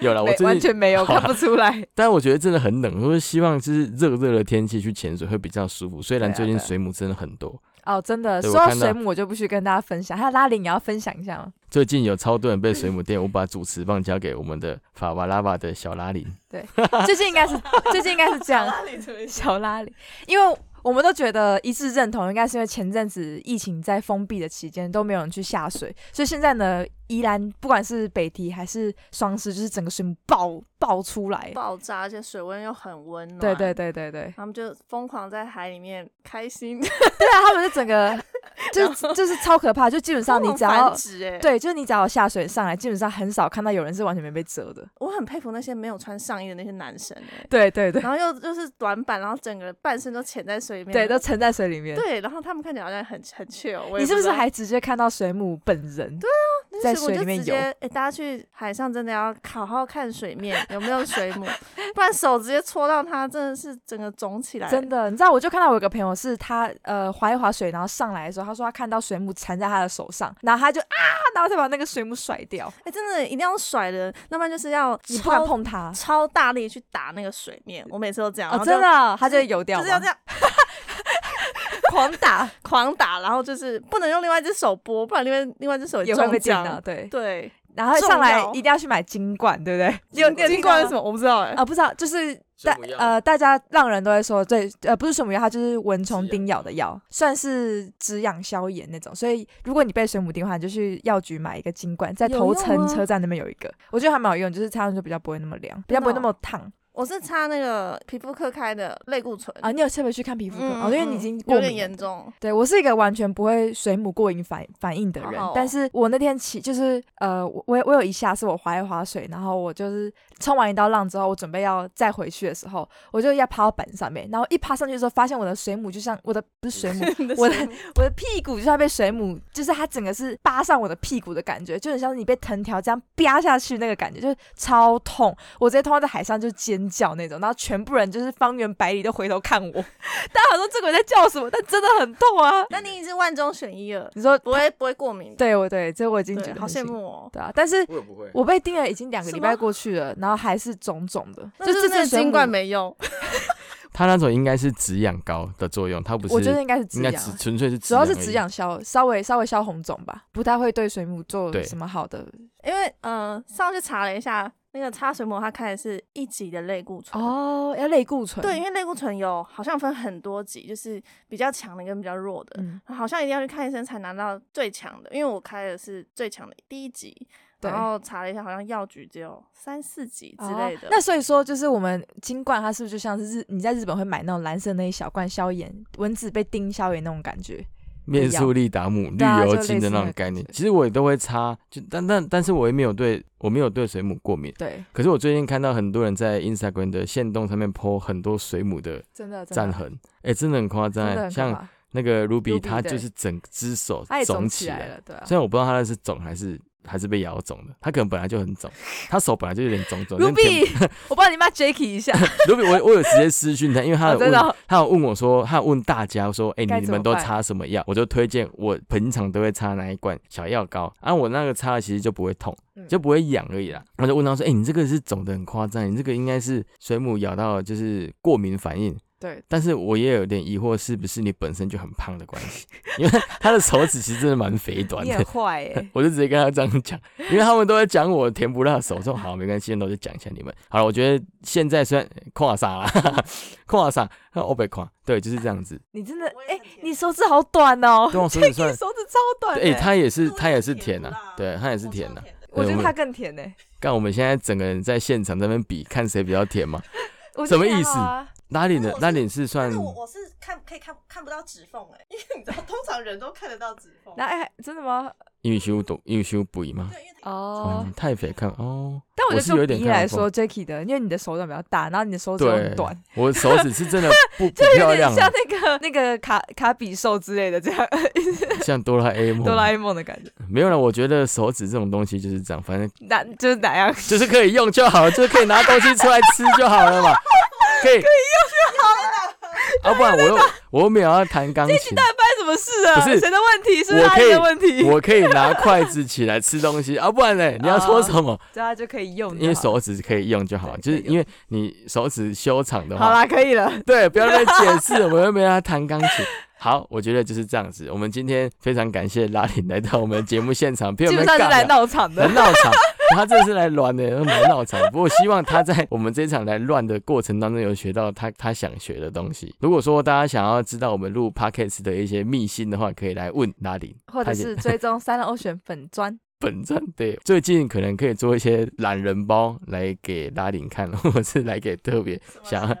[SPEAKER 1] 有啦，我
[SPEAKER 2] 没
[SPEAKER 1] 最
[SPEAKER 2] 完
[SPEAKER 1] 近，
[SPEAKER 2] 全没有，
[SPEAKER 1] 好啊啦
[SPEAKER 2] 看不出来。
[SPEAKER 1] 但我觉得真的很冷，我就希望就是热热的天气去潜水会比较舒服。虽然
[SPEAKER 2] 对啊
[SPEAKER 1] 最近
[SPEAKER 2] 对啊
[SPEAKER 1] 水母真的很多，
[SPEAKER 2] 哦，真的，
[SPEAKER 1] 对我
[SPEAKER 2] 说到
[SPEAKER 1] 看到
[SPEAKER 2] 水母，我就不去跟大家分享。还有拉林也要分享一下吗？
[SPEAKER 1] 最近有超多人被水母电，我把主持棒交给我们的法瓦拉瓦的小拉林。
[SPEAKER 2] 最近应该是最近应该是这样，
[SPEAKER 3] 哪里出现？
[SPEAKER 2] 小拉里，因为我们都觉得一致认同，应该是因为前阵子疫情在封闭的期间都没有人去下水，所以现在呢，宜兰不管是北堤还是双狮，就是整个水母爆爆出来。
[SPEAKER 3] 爆炸，而且水温又很温暖。
[SPEAKER 2] 对对。对对 对，
[SPEAKER 3] 他们就疯狂在海里面 开心，
[SPEAKER 2] 对啊，他们就整 个就就是超可怕，就基本上你
[SPEAKER 3] 疯
[SPEAKER 2] 只
[SPEAKER 3] 狂
[SPEAKER 2] 要
[SPEAKER 3] 繁殖哎，，
[SPEAKER 2] 对，就是你只要下水上来，基本上很少看到有人是完全没被蛰的。
[SPEAKER 3] 我很佩服那些没有穿上衣的那些男生哎、
[SPEAKER 2] 对对对
[SPEAKER 3] 然后又就是短板，然后整个半身都潜在水里面，
[SPEAKER 2] 对，都沉在水里面。
[SPEAKER 3] 对，然后他们看起来好像很很 chill，我也
[SPEAKER 2] 你是不是
[SPEAKER 3] 知道
[SPEAKER 2] 还直接看到水母本人？
[SPEAKER 3] 但
[SPEAKER 2] 在
[SPEAKER 3] 是
[SPEAKER 2] 水
[SPEAKER 3] 我
[SPEAKER 2] 里
[SPEAKER 3] 就
[SPEAKER 2] 面
[SPEAKER 3] 直接，
[SPEAKER 2] 游
[SPEAKER 3] 哎、大家去海上真的要好好看水面有没有水母， 不然手直接戳到它，真的是整个肿起来。
[SPEAKER 2] 真的，你知道，我就看到我有个朋友是他呃划一划水，然后上来的时候，他说他看到水母缠在他的手上，然后他就啊，然后他把那个水母甩掉，
[SPEAKER 3] 哎、真的一定要甩的，要不然就是要
[SPEAKER 2] 你不敢
[SPEAKER 3] 超
[SPEAKER 2] 碰它
[SPEAKER 3] 超大力去打那个水面。我每次都这样，
[SPEAKER 2] 哦，
[SPEAKER 3] 然后
[SPEAKER 2] 真的啊，他就会游
[SPEAKER 3] 就
[SPEAKER 2] 掉
[SPEAKER 3] 就
[SPEAKER 2] 吗，
[SPEAKER 3] 是要这样
[SPEAKER 2] 狂打
[SPEAKER 3] 狂打，然后就是不能用另外一只手拨，不然另外另外一只手
[SPEAKER 2] 也会
[SPEAKER 3] 中
[SPEAKER 2] 被电
[SPEAKER 3] 奖。
[SPEAKER 2] 到，对，
[SPEAKER 3] 对，
[SPEAKER 2] 然后上来
[SPEAKER 3] 重要
[SPEAKER 2] 一定要去买金罐，对不对？
[SPEAKER 3] 你有你有听过那什
[SPEAKER 2] 么？
[SPEAKER 3] 么？我不知道哎、
[SPEAKER 2] 啊，不知道，就是。
[SPEAKER 1] 水
[SPEAKER 2] 大
[SPEAKER 1] 母药
[SPEAKER 2] 呃，大家让人都会说，对，呃，不是水母药，它就是蚊虫
[SPEAKER 1] 止痒
[SPEAKER 2] 叮咬的药，算是止痒消炎那种。所以如果你被水母叮的话，你就去药局买一个金罐，在
[SPEAKER 3] 有
[SPEAKER 2] 头
[SPEAKER 3] 用
[SPEAKER 2] 城
[SPEAKER 3] 吗
[SPEAKER 2] 车站那边有一个，我觉得还蛮有用，就是擦上去比较不会那么凉，比较
[SPEAKER 3] 真的
[SPEAKER 2] 不会那
[SPEAKER 3] 哦
[SPEAKER 2] 么烫
[SPEAKER 3] 我是擦那个皮肤科开的类固醇
[SPEAKER 2] 啊。你有特别去看皮肤科
[SPEAKER 3] 嗯，
[SPEAKER 2] 哦，因为
[SPEAKER 3] 嗯
[SPEAKER 2] 你已经过
[SPEAKER 3] 有点
[SPEAKER 2] 敏了
[SPEAKER 3] 严。重，
[SPEAKER 2] 对我是一个完全不会水母过敏反反应的人，
[SPEAKER 3] 好好哦
[SPEAKER 2] 但是我那天起就是呃，我我有我有一下是我划一划水，然后我就是冲完一道浪之后，我准备要再回去的时候，我就要趴到板上面，然后一趴上去的时候，发现我的水母就像我的不是水 母， 我的
[SPEAKER 3] 水母
[SPEAKER 2] 我的屁股就像被水母，就是它整个是扒上我的屁股的感觉，就很像是你被藤条这样啪下去那个感觉，就是超痛。我直接痛到在海上就尖叫那种，然后全部人就是方圆百里都回头看我， 大家好像说这个人在叫什么，但真的很痛啊。
[SPEAKER 3] 那你已经是万中选一了，
[SPEAKER 2] 你说
[SPEAKER 3] 不会不会过敏的，
[SPEAKER 2] 对我对，这我已经
[SPEAKER 3] 对，
[SPEAKER 2] 觉得
[SPEAKER 3] 好
[SPEAKER 2] 很
[SPEAKER 3] 羡
[SPEAKER 2] 幸运，
[SPEAKER 3] 慕哦。
[SPEAKER 2] 对啊，但是
[SPEAKER 1] 我也不会
[SPEAKER 2] 我被叮了已经两个
[SPEAKER 3] 是
[SPEAKER 2] 礼拜
[SPEAKER 3] 吗
[SPEAKER 2] 过去了，然后还是肿肿的，
[SPEAKER 3] 那
[SPEAKER 2] 这
[SPEAKER 3] 是那
[SPEAKER 2] 次
[SPEAKER 3] 个
[SPEAKER 2] 水
[SPEAKER 3] 金
[SPEAKER 2] 母
[SPEAKER 3] 冠没用，
[SPEAKER 1] 它那种应该是止痒膏的作用，它不是，
[SPEAKER 2] 我觉得应该是
[SPEAKER 1] 应
[SPEAKER 2] 止
[SPEAKER 1] 该
[SPEAKER 2] 痒
[SPEAKER 1] 只
[SPEAKER 2] 啊。
[SPEAKER 1] 纯粹是
[SPEAKER 2] 主要是
[SPEAKER 1] 而已
[SPEAKER 2] 止。痒消，稍微稍微消红肿吧，不太会对水母做
[SPEAKER 1] 对
[SPEAKER 2] 什么好的
[SPEAKER 3] 因为呃上去查了一下，那个擦水膜它开的是一级的类固醇。
[SPEAKER 2] 哦，要类固醇。
[SPEAKER 3] 对，因为类固醇有好像分很多级，就是比较强的跟比较弱的，
[SPEAKER 2] 嗯，
[SPEAKER 3] 好像一定要去看医生才拿到最强的。因为我开的是最强的第一级，
[SPEAKER 2] 对
[SPEAKER 3] 然后查了一下，好像药局只有三四级之类的。
[SPEAKER 2] 哦那所以说，就是我们金冠，它是不是就像是日你在日本会买那种蓝色那一小罐消炎，蚊子被叮消炎那种感觉？
[SPEAKER 1] 面速力达姆、绿
[SPEAKER 2] 对啊
[SPEAKER 1] 油
[SPEAKER 2] 就
[SPEAKER 1] 精
[SPEAKER 2] 类
[SPEAKER 1] 的
[SPEAKER 2] 似
[SPEAKER 1] 那种
[SPEAKER 2] 那个
[SPEAKER 1] 概念
[SPEAKER 2] 感，觉
[SPEAKER 1] 其实我也都会擦，就但但但是我也没有对我没有对水母过敏。
[SPEAKER 2] 对，
[SPEAKER 1] 可是我最近看到很多人在 Instagram 的线动上面 po 很多水母的
[SPEAKER 2] 真的真
[SPEAKER 1] 战
[SPEAKER 2] 的
[SPEAKER 1] 痕，哎、真的很夸张、
[SPEAKER 2] 真的
[SPEAKER 1] 欸。
[SPEAKER 2] 很
[SPEAKER 1] 像
[SPEAKER 2] 可怕
[SPEAKER 1] 那个 Ruby，
[SPEAKER 2] Ruby，
[SPEAKER 1] 他
[SPEAKER 2] 对
[SPEAKER 1] 就是整只手
[SPEAKER 2] 它也
[SPEAKER 1] 肿
[SPEAKER 2] 肿
[SPEAKER 1] 起
[SPEAKER 2] 来
[SPEAKER 1] 来，
[SPEAKER 2] 了，对啊。
[SPEAKER 1] 虽然我不知道他那是肿还是还是被咬肿的，他可能本来就很肿，他手本来就有点肿 肿。但舔
[SPEAKER 2] Ruby，我帮你骂 Jacky 一下，
[SPEAKER 1] Ruby，我我有直接私讯他，因为他
[SPEAKER 2] 哦
[SPEAKER 1] 有
[SPEAKER 2] 真
[SPEAKER 1] 问、
[SPEAKER 2] 的哦
[SPEAKER 1] 他有问我说，他有问大家说，哎、
[SPEAKER 2] 该
[SPEAKER 1] 你
[SPEAKER 2] 怎
[SPEAKER 1] 们
[SPEAKER 2] 么
[SPEAKER 1] 都
[SPEAKER 2] 办
[SPEAKER 1] 擦什么药？我就推荐我平常都会擦哪一罐小药膏，啊，我那个擦了其实就不会痛，
[SPEAKER 2] 嗯
[SPEAKER 1] 就不会痒而已啦。然后就问他说，哎、你这个是肿的很夸张，你这个应该是水母咬到就是过敏反应。
[SPEAKER 2] 对，
[SPEAKER 1] 但是我也有点疑惑，是不是你本身就很胖的关系？ 因为他的手指其实真的蛮肥短
[SPEAKER 2] 你
[SPEAKER 1] 的。
[SPEAKER 2] 很，坏哎
[SPEAKER 1] 我就直接跟他这样讲，因为他们都在讲我甜不辣手，我说好没关系，那我就讲一下你们。好了，我觉得现在虽然跨啥啦，跨啥，我被跨，对，就是这样子。
[SPEAKER 2] 你真的
[SPEAKER 3] 我也
[SPEAKER 2] 哎
[SPEAKER 3] 很，甜
[SPEAKER 2] 你手指好短哦，
[SPEAKER 1] 对我手指算
[SPEAKER 2] 你手指超短
[SPEAKER 1] 哎、
[SPEAKER 2] 哎，
[SPEAKER 1] 他也是
[SPEAKER 3] 那我
[SPEAKER 1] 他也
[SPEAKER 3] 也
[SPEAKER 1] 是
[SPEAKER 3] 是
[SPEAKER 1] 甜
[SPEAKER 3] 甜
[SPEAKER 1] 呐、
[SPEAKER 3] 不辣
[SPEAKER 1] 对他也是甜呐、
[SPEAKER 2] 我觉
[SPEAKER 1] 对
[SPEAKER 2] 得他更甜哎，
[SPEAKER 1] 干，我们现在整个人在现场在那边比，看谁比较甜嘛。
[SPEAKER 2] 我觉
[SPEAKER 1] 什么
[SPEAKER 2] 得还
[SPEAKER 1] 意思
[SPEAKER 2] 好啊
[SPEAKER 1] 拉脸的
[SPEAKER 3] 但是我
[SPEAKER 1] 拉脸
[SPEAKER 3] 是
[SPEAKER 1] 是算
[SPEAKER 3] 但是我我是看可以看看不到指缝 哎、因为你知道，通常人都看得到指缝。
[SPEAKER 2] 那哎，真的吗？
[SPEAKER 1] 因为修懂因为修补吗？
[SPEAKER 3] 对，因为它
[SPEAKER 2] 哦
[SPEAKER 1] 嗯，太肥看哦，
[SPEAKER 2] 但我
[SPEAKER 1] 我
[SPEAKER 2] 觉
[SPEAKER 1] 是
[SPEAKER 2] 得
[SPEAKER 1] 有
[SPEAKER 2] 就
[SPEAKER 1] 点
[SPEAKER 2] 比例
[SPEAKER 1] 看
[SPEAKER 2] 来
[SPEAKER 1] 不
[SPEAKER 2] 说，Jacky 的，因为你的手掌比较大，然后你的手指又
[SPEAKER 1] 对
[SPEAKER 2] 很短，，
[SPEAKER 1] 我手指是真的不不
[SPEAKER 2] 就有
[SPEAKER 1] 漂
[SPEAKER 2] 点
[SPEAKER 1] 亮啊，
[SPEAKER 2] 像那个那个卡卡比兽之类的，这样
[SPEAKER 1] 像哆啦 A 梦。啊
[SPEAKER 2] 哆啦 A 梦的感觉，
[SPEAKER 1] 没有了，我觉得手指这种东西就是这样，反正
[SPEAKER 2] 哪就是哪样？
[SPEAKER 1] 就是可以用就好了，就是可以拿东西出来吃就好 了嘛，可以可以用就好了。啊，不然我又 我又没有要弹钢琴，
[SPEAKER 2] 发生什么事啊？
[SPEAKER 1] 不是
[SPEAKER 2] 谁的问题？是不是
[SPEAKER 1] 我
[SPEAKER 2] 阿
[SPEAKER 1] 可以
[SPEAKER 2] 姨的问题？
[SPEAKER 1] 我可以拿筷子起来吃东西啊，不然呢？你要说什 么？
[SPEAKER 2] 这样就可以用就好了，
[SPEAKER 1] 因为手指嗯可以用就好，
[SPEAKER 2] 对
[SPEAKER 1] 就是
[SPEAKER 2] 可以用
[SPEAKER 1] 因为你手指修长的
[SPEAKER 2] 好
[SPEAKER 1] 话，
[SPEAKER 2] 啦，可以了。
[SPEAKER 1] 对，不要再解释，我又没有要弹钢琴。好，我觉得就是这样子。我们今天非常感谢拉林来到我们节目现场，陪我
[SPEAKER 2] 基
[SPEAKER 1] 们
[SPEAKER 2] 本上是
[SPEAKER 1] 尬聊
[SPEAKER 2] 来闹场的
[SPEAKER 1] 很，闹场。他这次来乱的，蛮闹场。不过希望他在我们这场来乱的过程当中，有学到他他想学的东西。如果说大家想要知道我们录 podcast 的一些秘辛的话，可以来问拉林，
[SPEAKER 2] 或者
[SPEAKER 1] 他也
[SPEAKER 2] 是追踪三浪欧选粉砖。
[SPEAKER 1] 本站。对，最近可能可以做一些懒人包来给拉林看， 或者是来给特别想要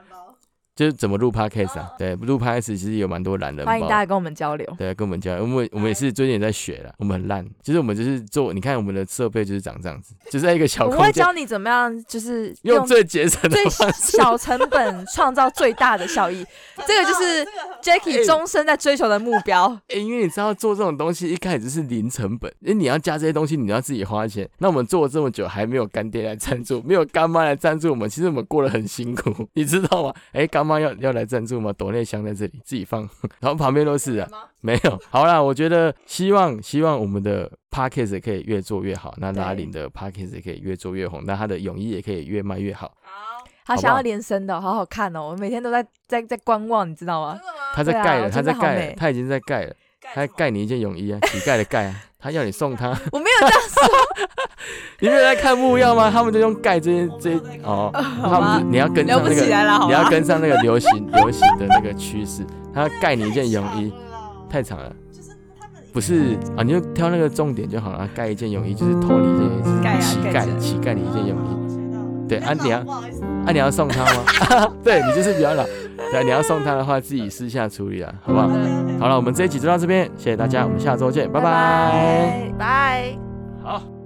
[SPEAKER 1] 就是怎么录 podcast 啊？对，录 podcast 其实有蛮多懒人包
[SPEAKER 2] 哦欢迎大家跟我们交流。
[SPEAKER 1] 对，啊跟我们讲，我们我们也是最近也在学了，我们很烂，就是我们就是做，你看我们的设备就是长这样子，就是在一个小
[SPEAKER 2] 我会
[SPEAKER 1] 空间，
[SPEAKER 2] 教你怎么样，就是
[SPEAKER 1] 用最节省的
[SPEAKER 2] 最
[SPEAKER 1] 方式。
[SPEAKER 2] 小成本创造最大的 效益。这个就是 Jacky
[SPEAKER 1] 哎
[SPEAKER 2] 终身在追求的目 标。
[SPEAKER 1] 欸 因为你知道做这种东西一开始是零成本，因为你要加这些东西，你要自己花钱。那我们做了这么久，还没有干爹来赞助，没有干妈来赞助我们，其实我们过得很辛苦， 你知道吗？哎、干妈要要来赞助吗？抖内箱在这里自己放， 然后旁边都是啊，没有。好啦，我觉得希望希望我们的 p a c k a g e 可以越做越好，那
[SPEAKER 2] 对
[SPEAKER 1] 拉领的 p a c k a g e 也可以越做越红，那他的泳衣也可以越卖越好。
[SPEAKER 2] 他
[SPEAKER 1] 好不
[SPEAKER 2] 想要
[SPEAKER 1] 好
[SPEAKER 2] 连身的哦，好好看哦！我每天都在在在观望，你知 道吗？
[SPEAKER 1] 他在
[SPEAKER 2] 对啊
[SPEAKER 1] 盖了，
[SPEAKER 2] 我
[SPEAKER 1] 他
[SPEAKER 2] 觉得
[SPEAKER 1] 在
[SPEAKER 2] 好
[SPEAKER 1] 盖
[SPEAKER 2] 美
[SPEAKER 1] 了，他已经在盖了，他在盖你一件泳衣啊，乞丐的丐啊，他要你送他。
[SPEAKER 2] 我没有这样说，
[SPEAKER 1] 你没有在看木曜吗？他们就用盖这些这些哦，他
[SPEAKER 2] 吧
[SPEAKER 1] 们就你要跟
[SPEAKER 2] 聊
[SPEAKER 1] 上
[SPEAKER 2] 不
[SPEAKER 1] 那
[SPEAKER 2] 起
[SPEAKER 1] 个，
[SPEAKER 2] 来了，好
[SPEAKER 1] 你要
[SPEAKER 2] 吗？
[SPEAKER 1] 跟上那个流行流行的那个趋势。他盖你一件泳衣，太长了，不是啊？你就挑那个重点就好了。盖一件泳衣就是偷你一件泳衣，就是
[SPEAKER 2] 盖啊
[SPEAKER 1] 乞
[SPEAKER 2] 盖起来
[SPEAKER 1] 丐乞丐你一件泳衣。
[SPEAKER 4] 衣
[SPEAKER 1] 对啊你要
[SPEAKER 4] 不好意思，
[SPEAKER 1] 啊，你要送他吗？ 对你就是比较老，对，你要送他的话自己私下处理啊，好不好？好了，我们这一集就到这边，谢谢大家，我们下周见，拜拜。
[SPEAKER 3] 拜。
[SPEAKER 1] 好。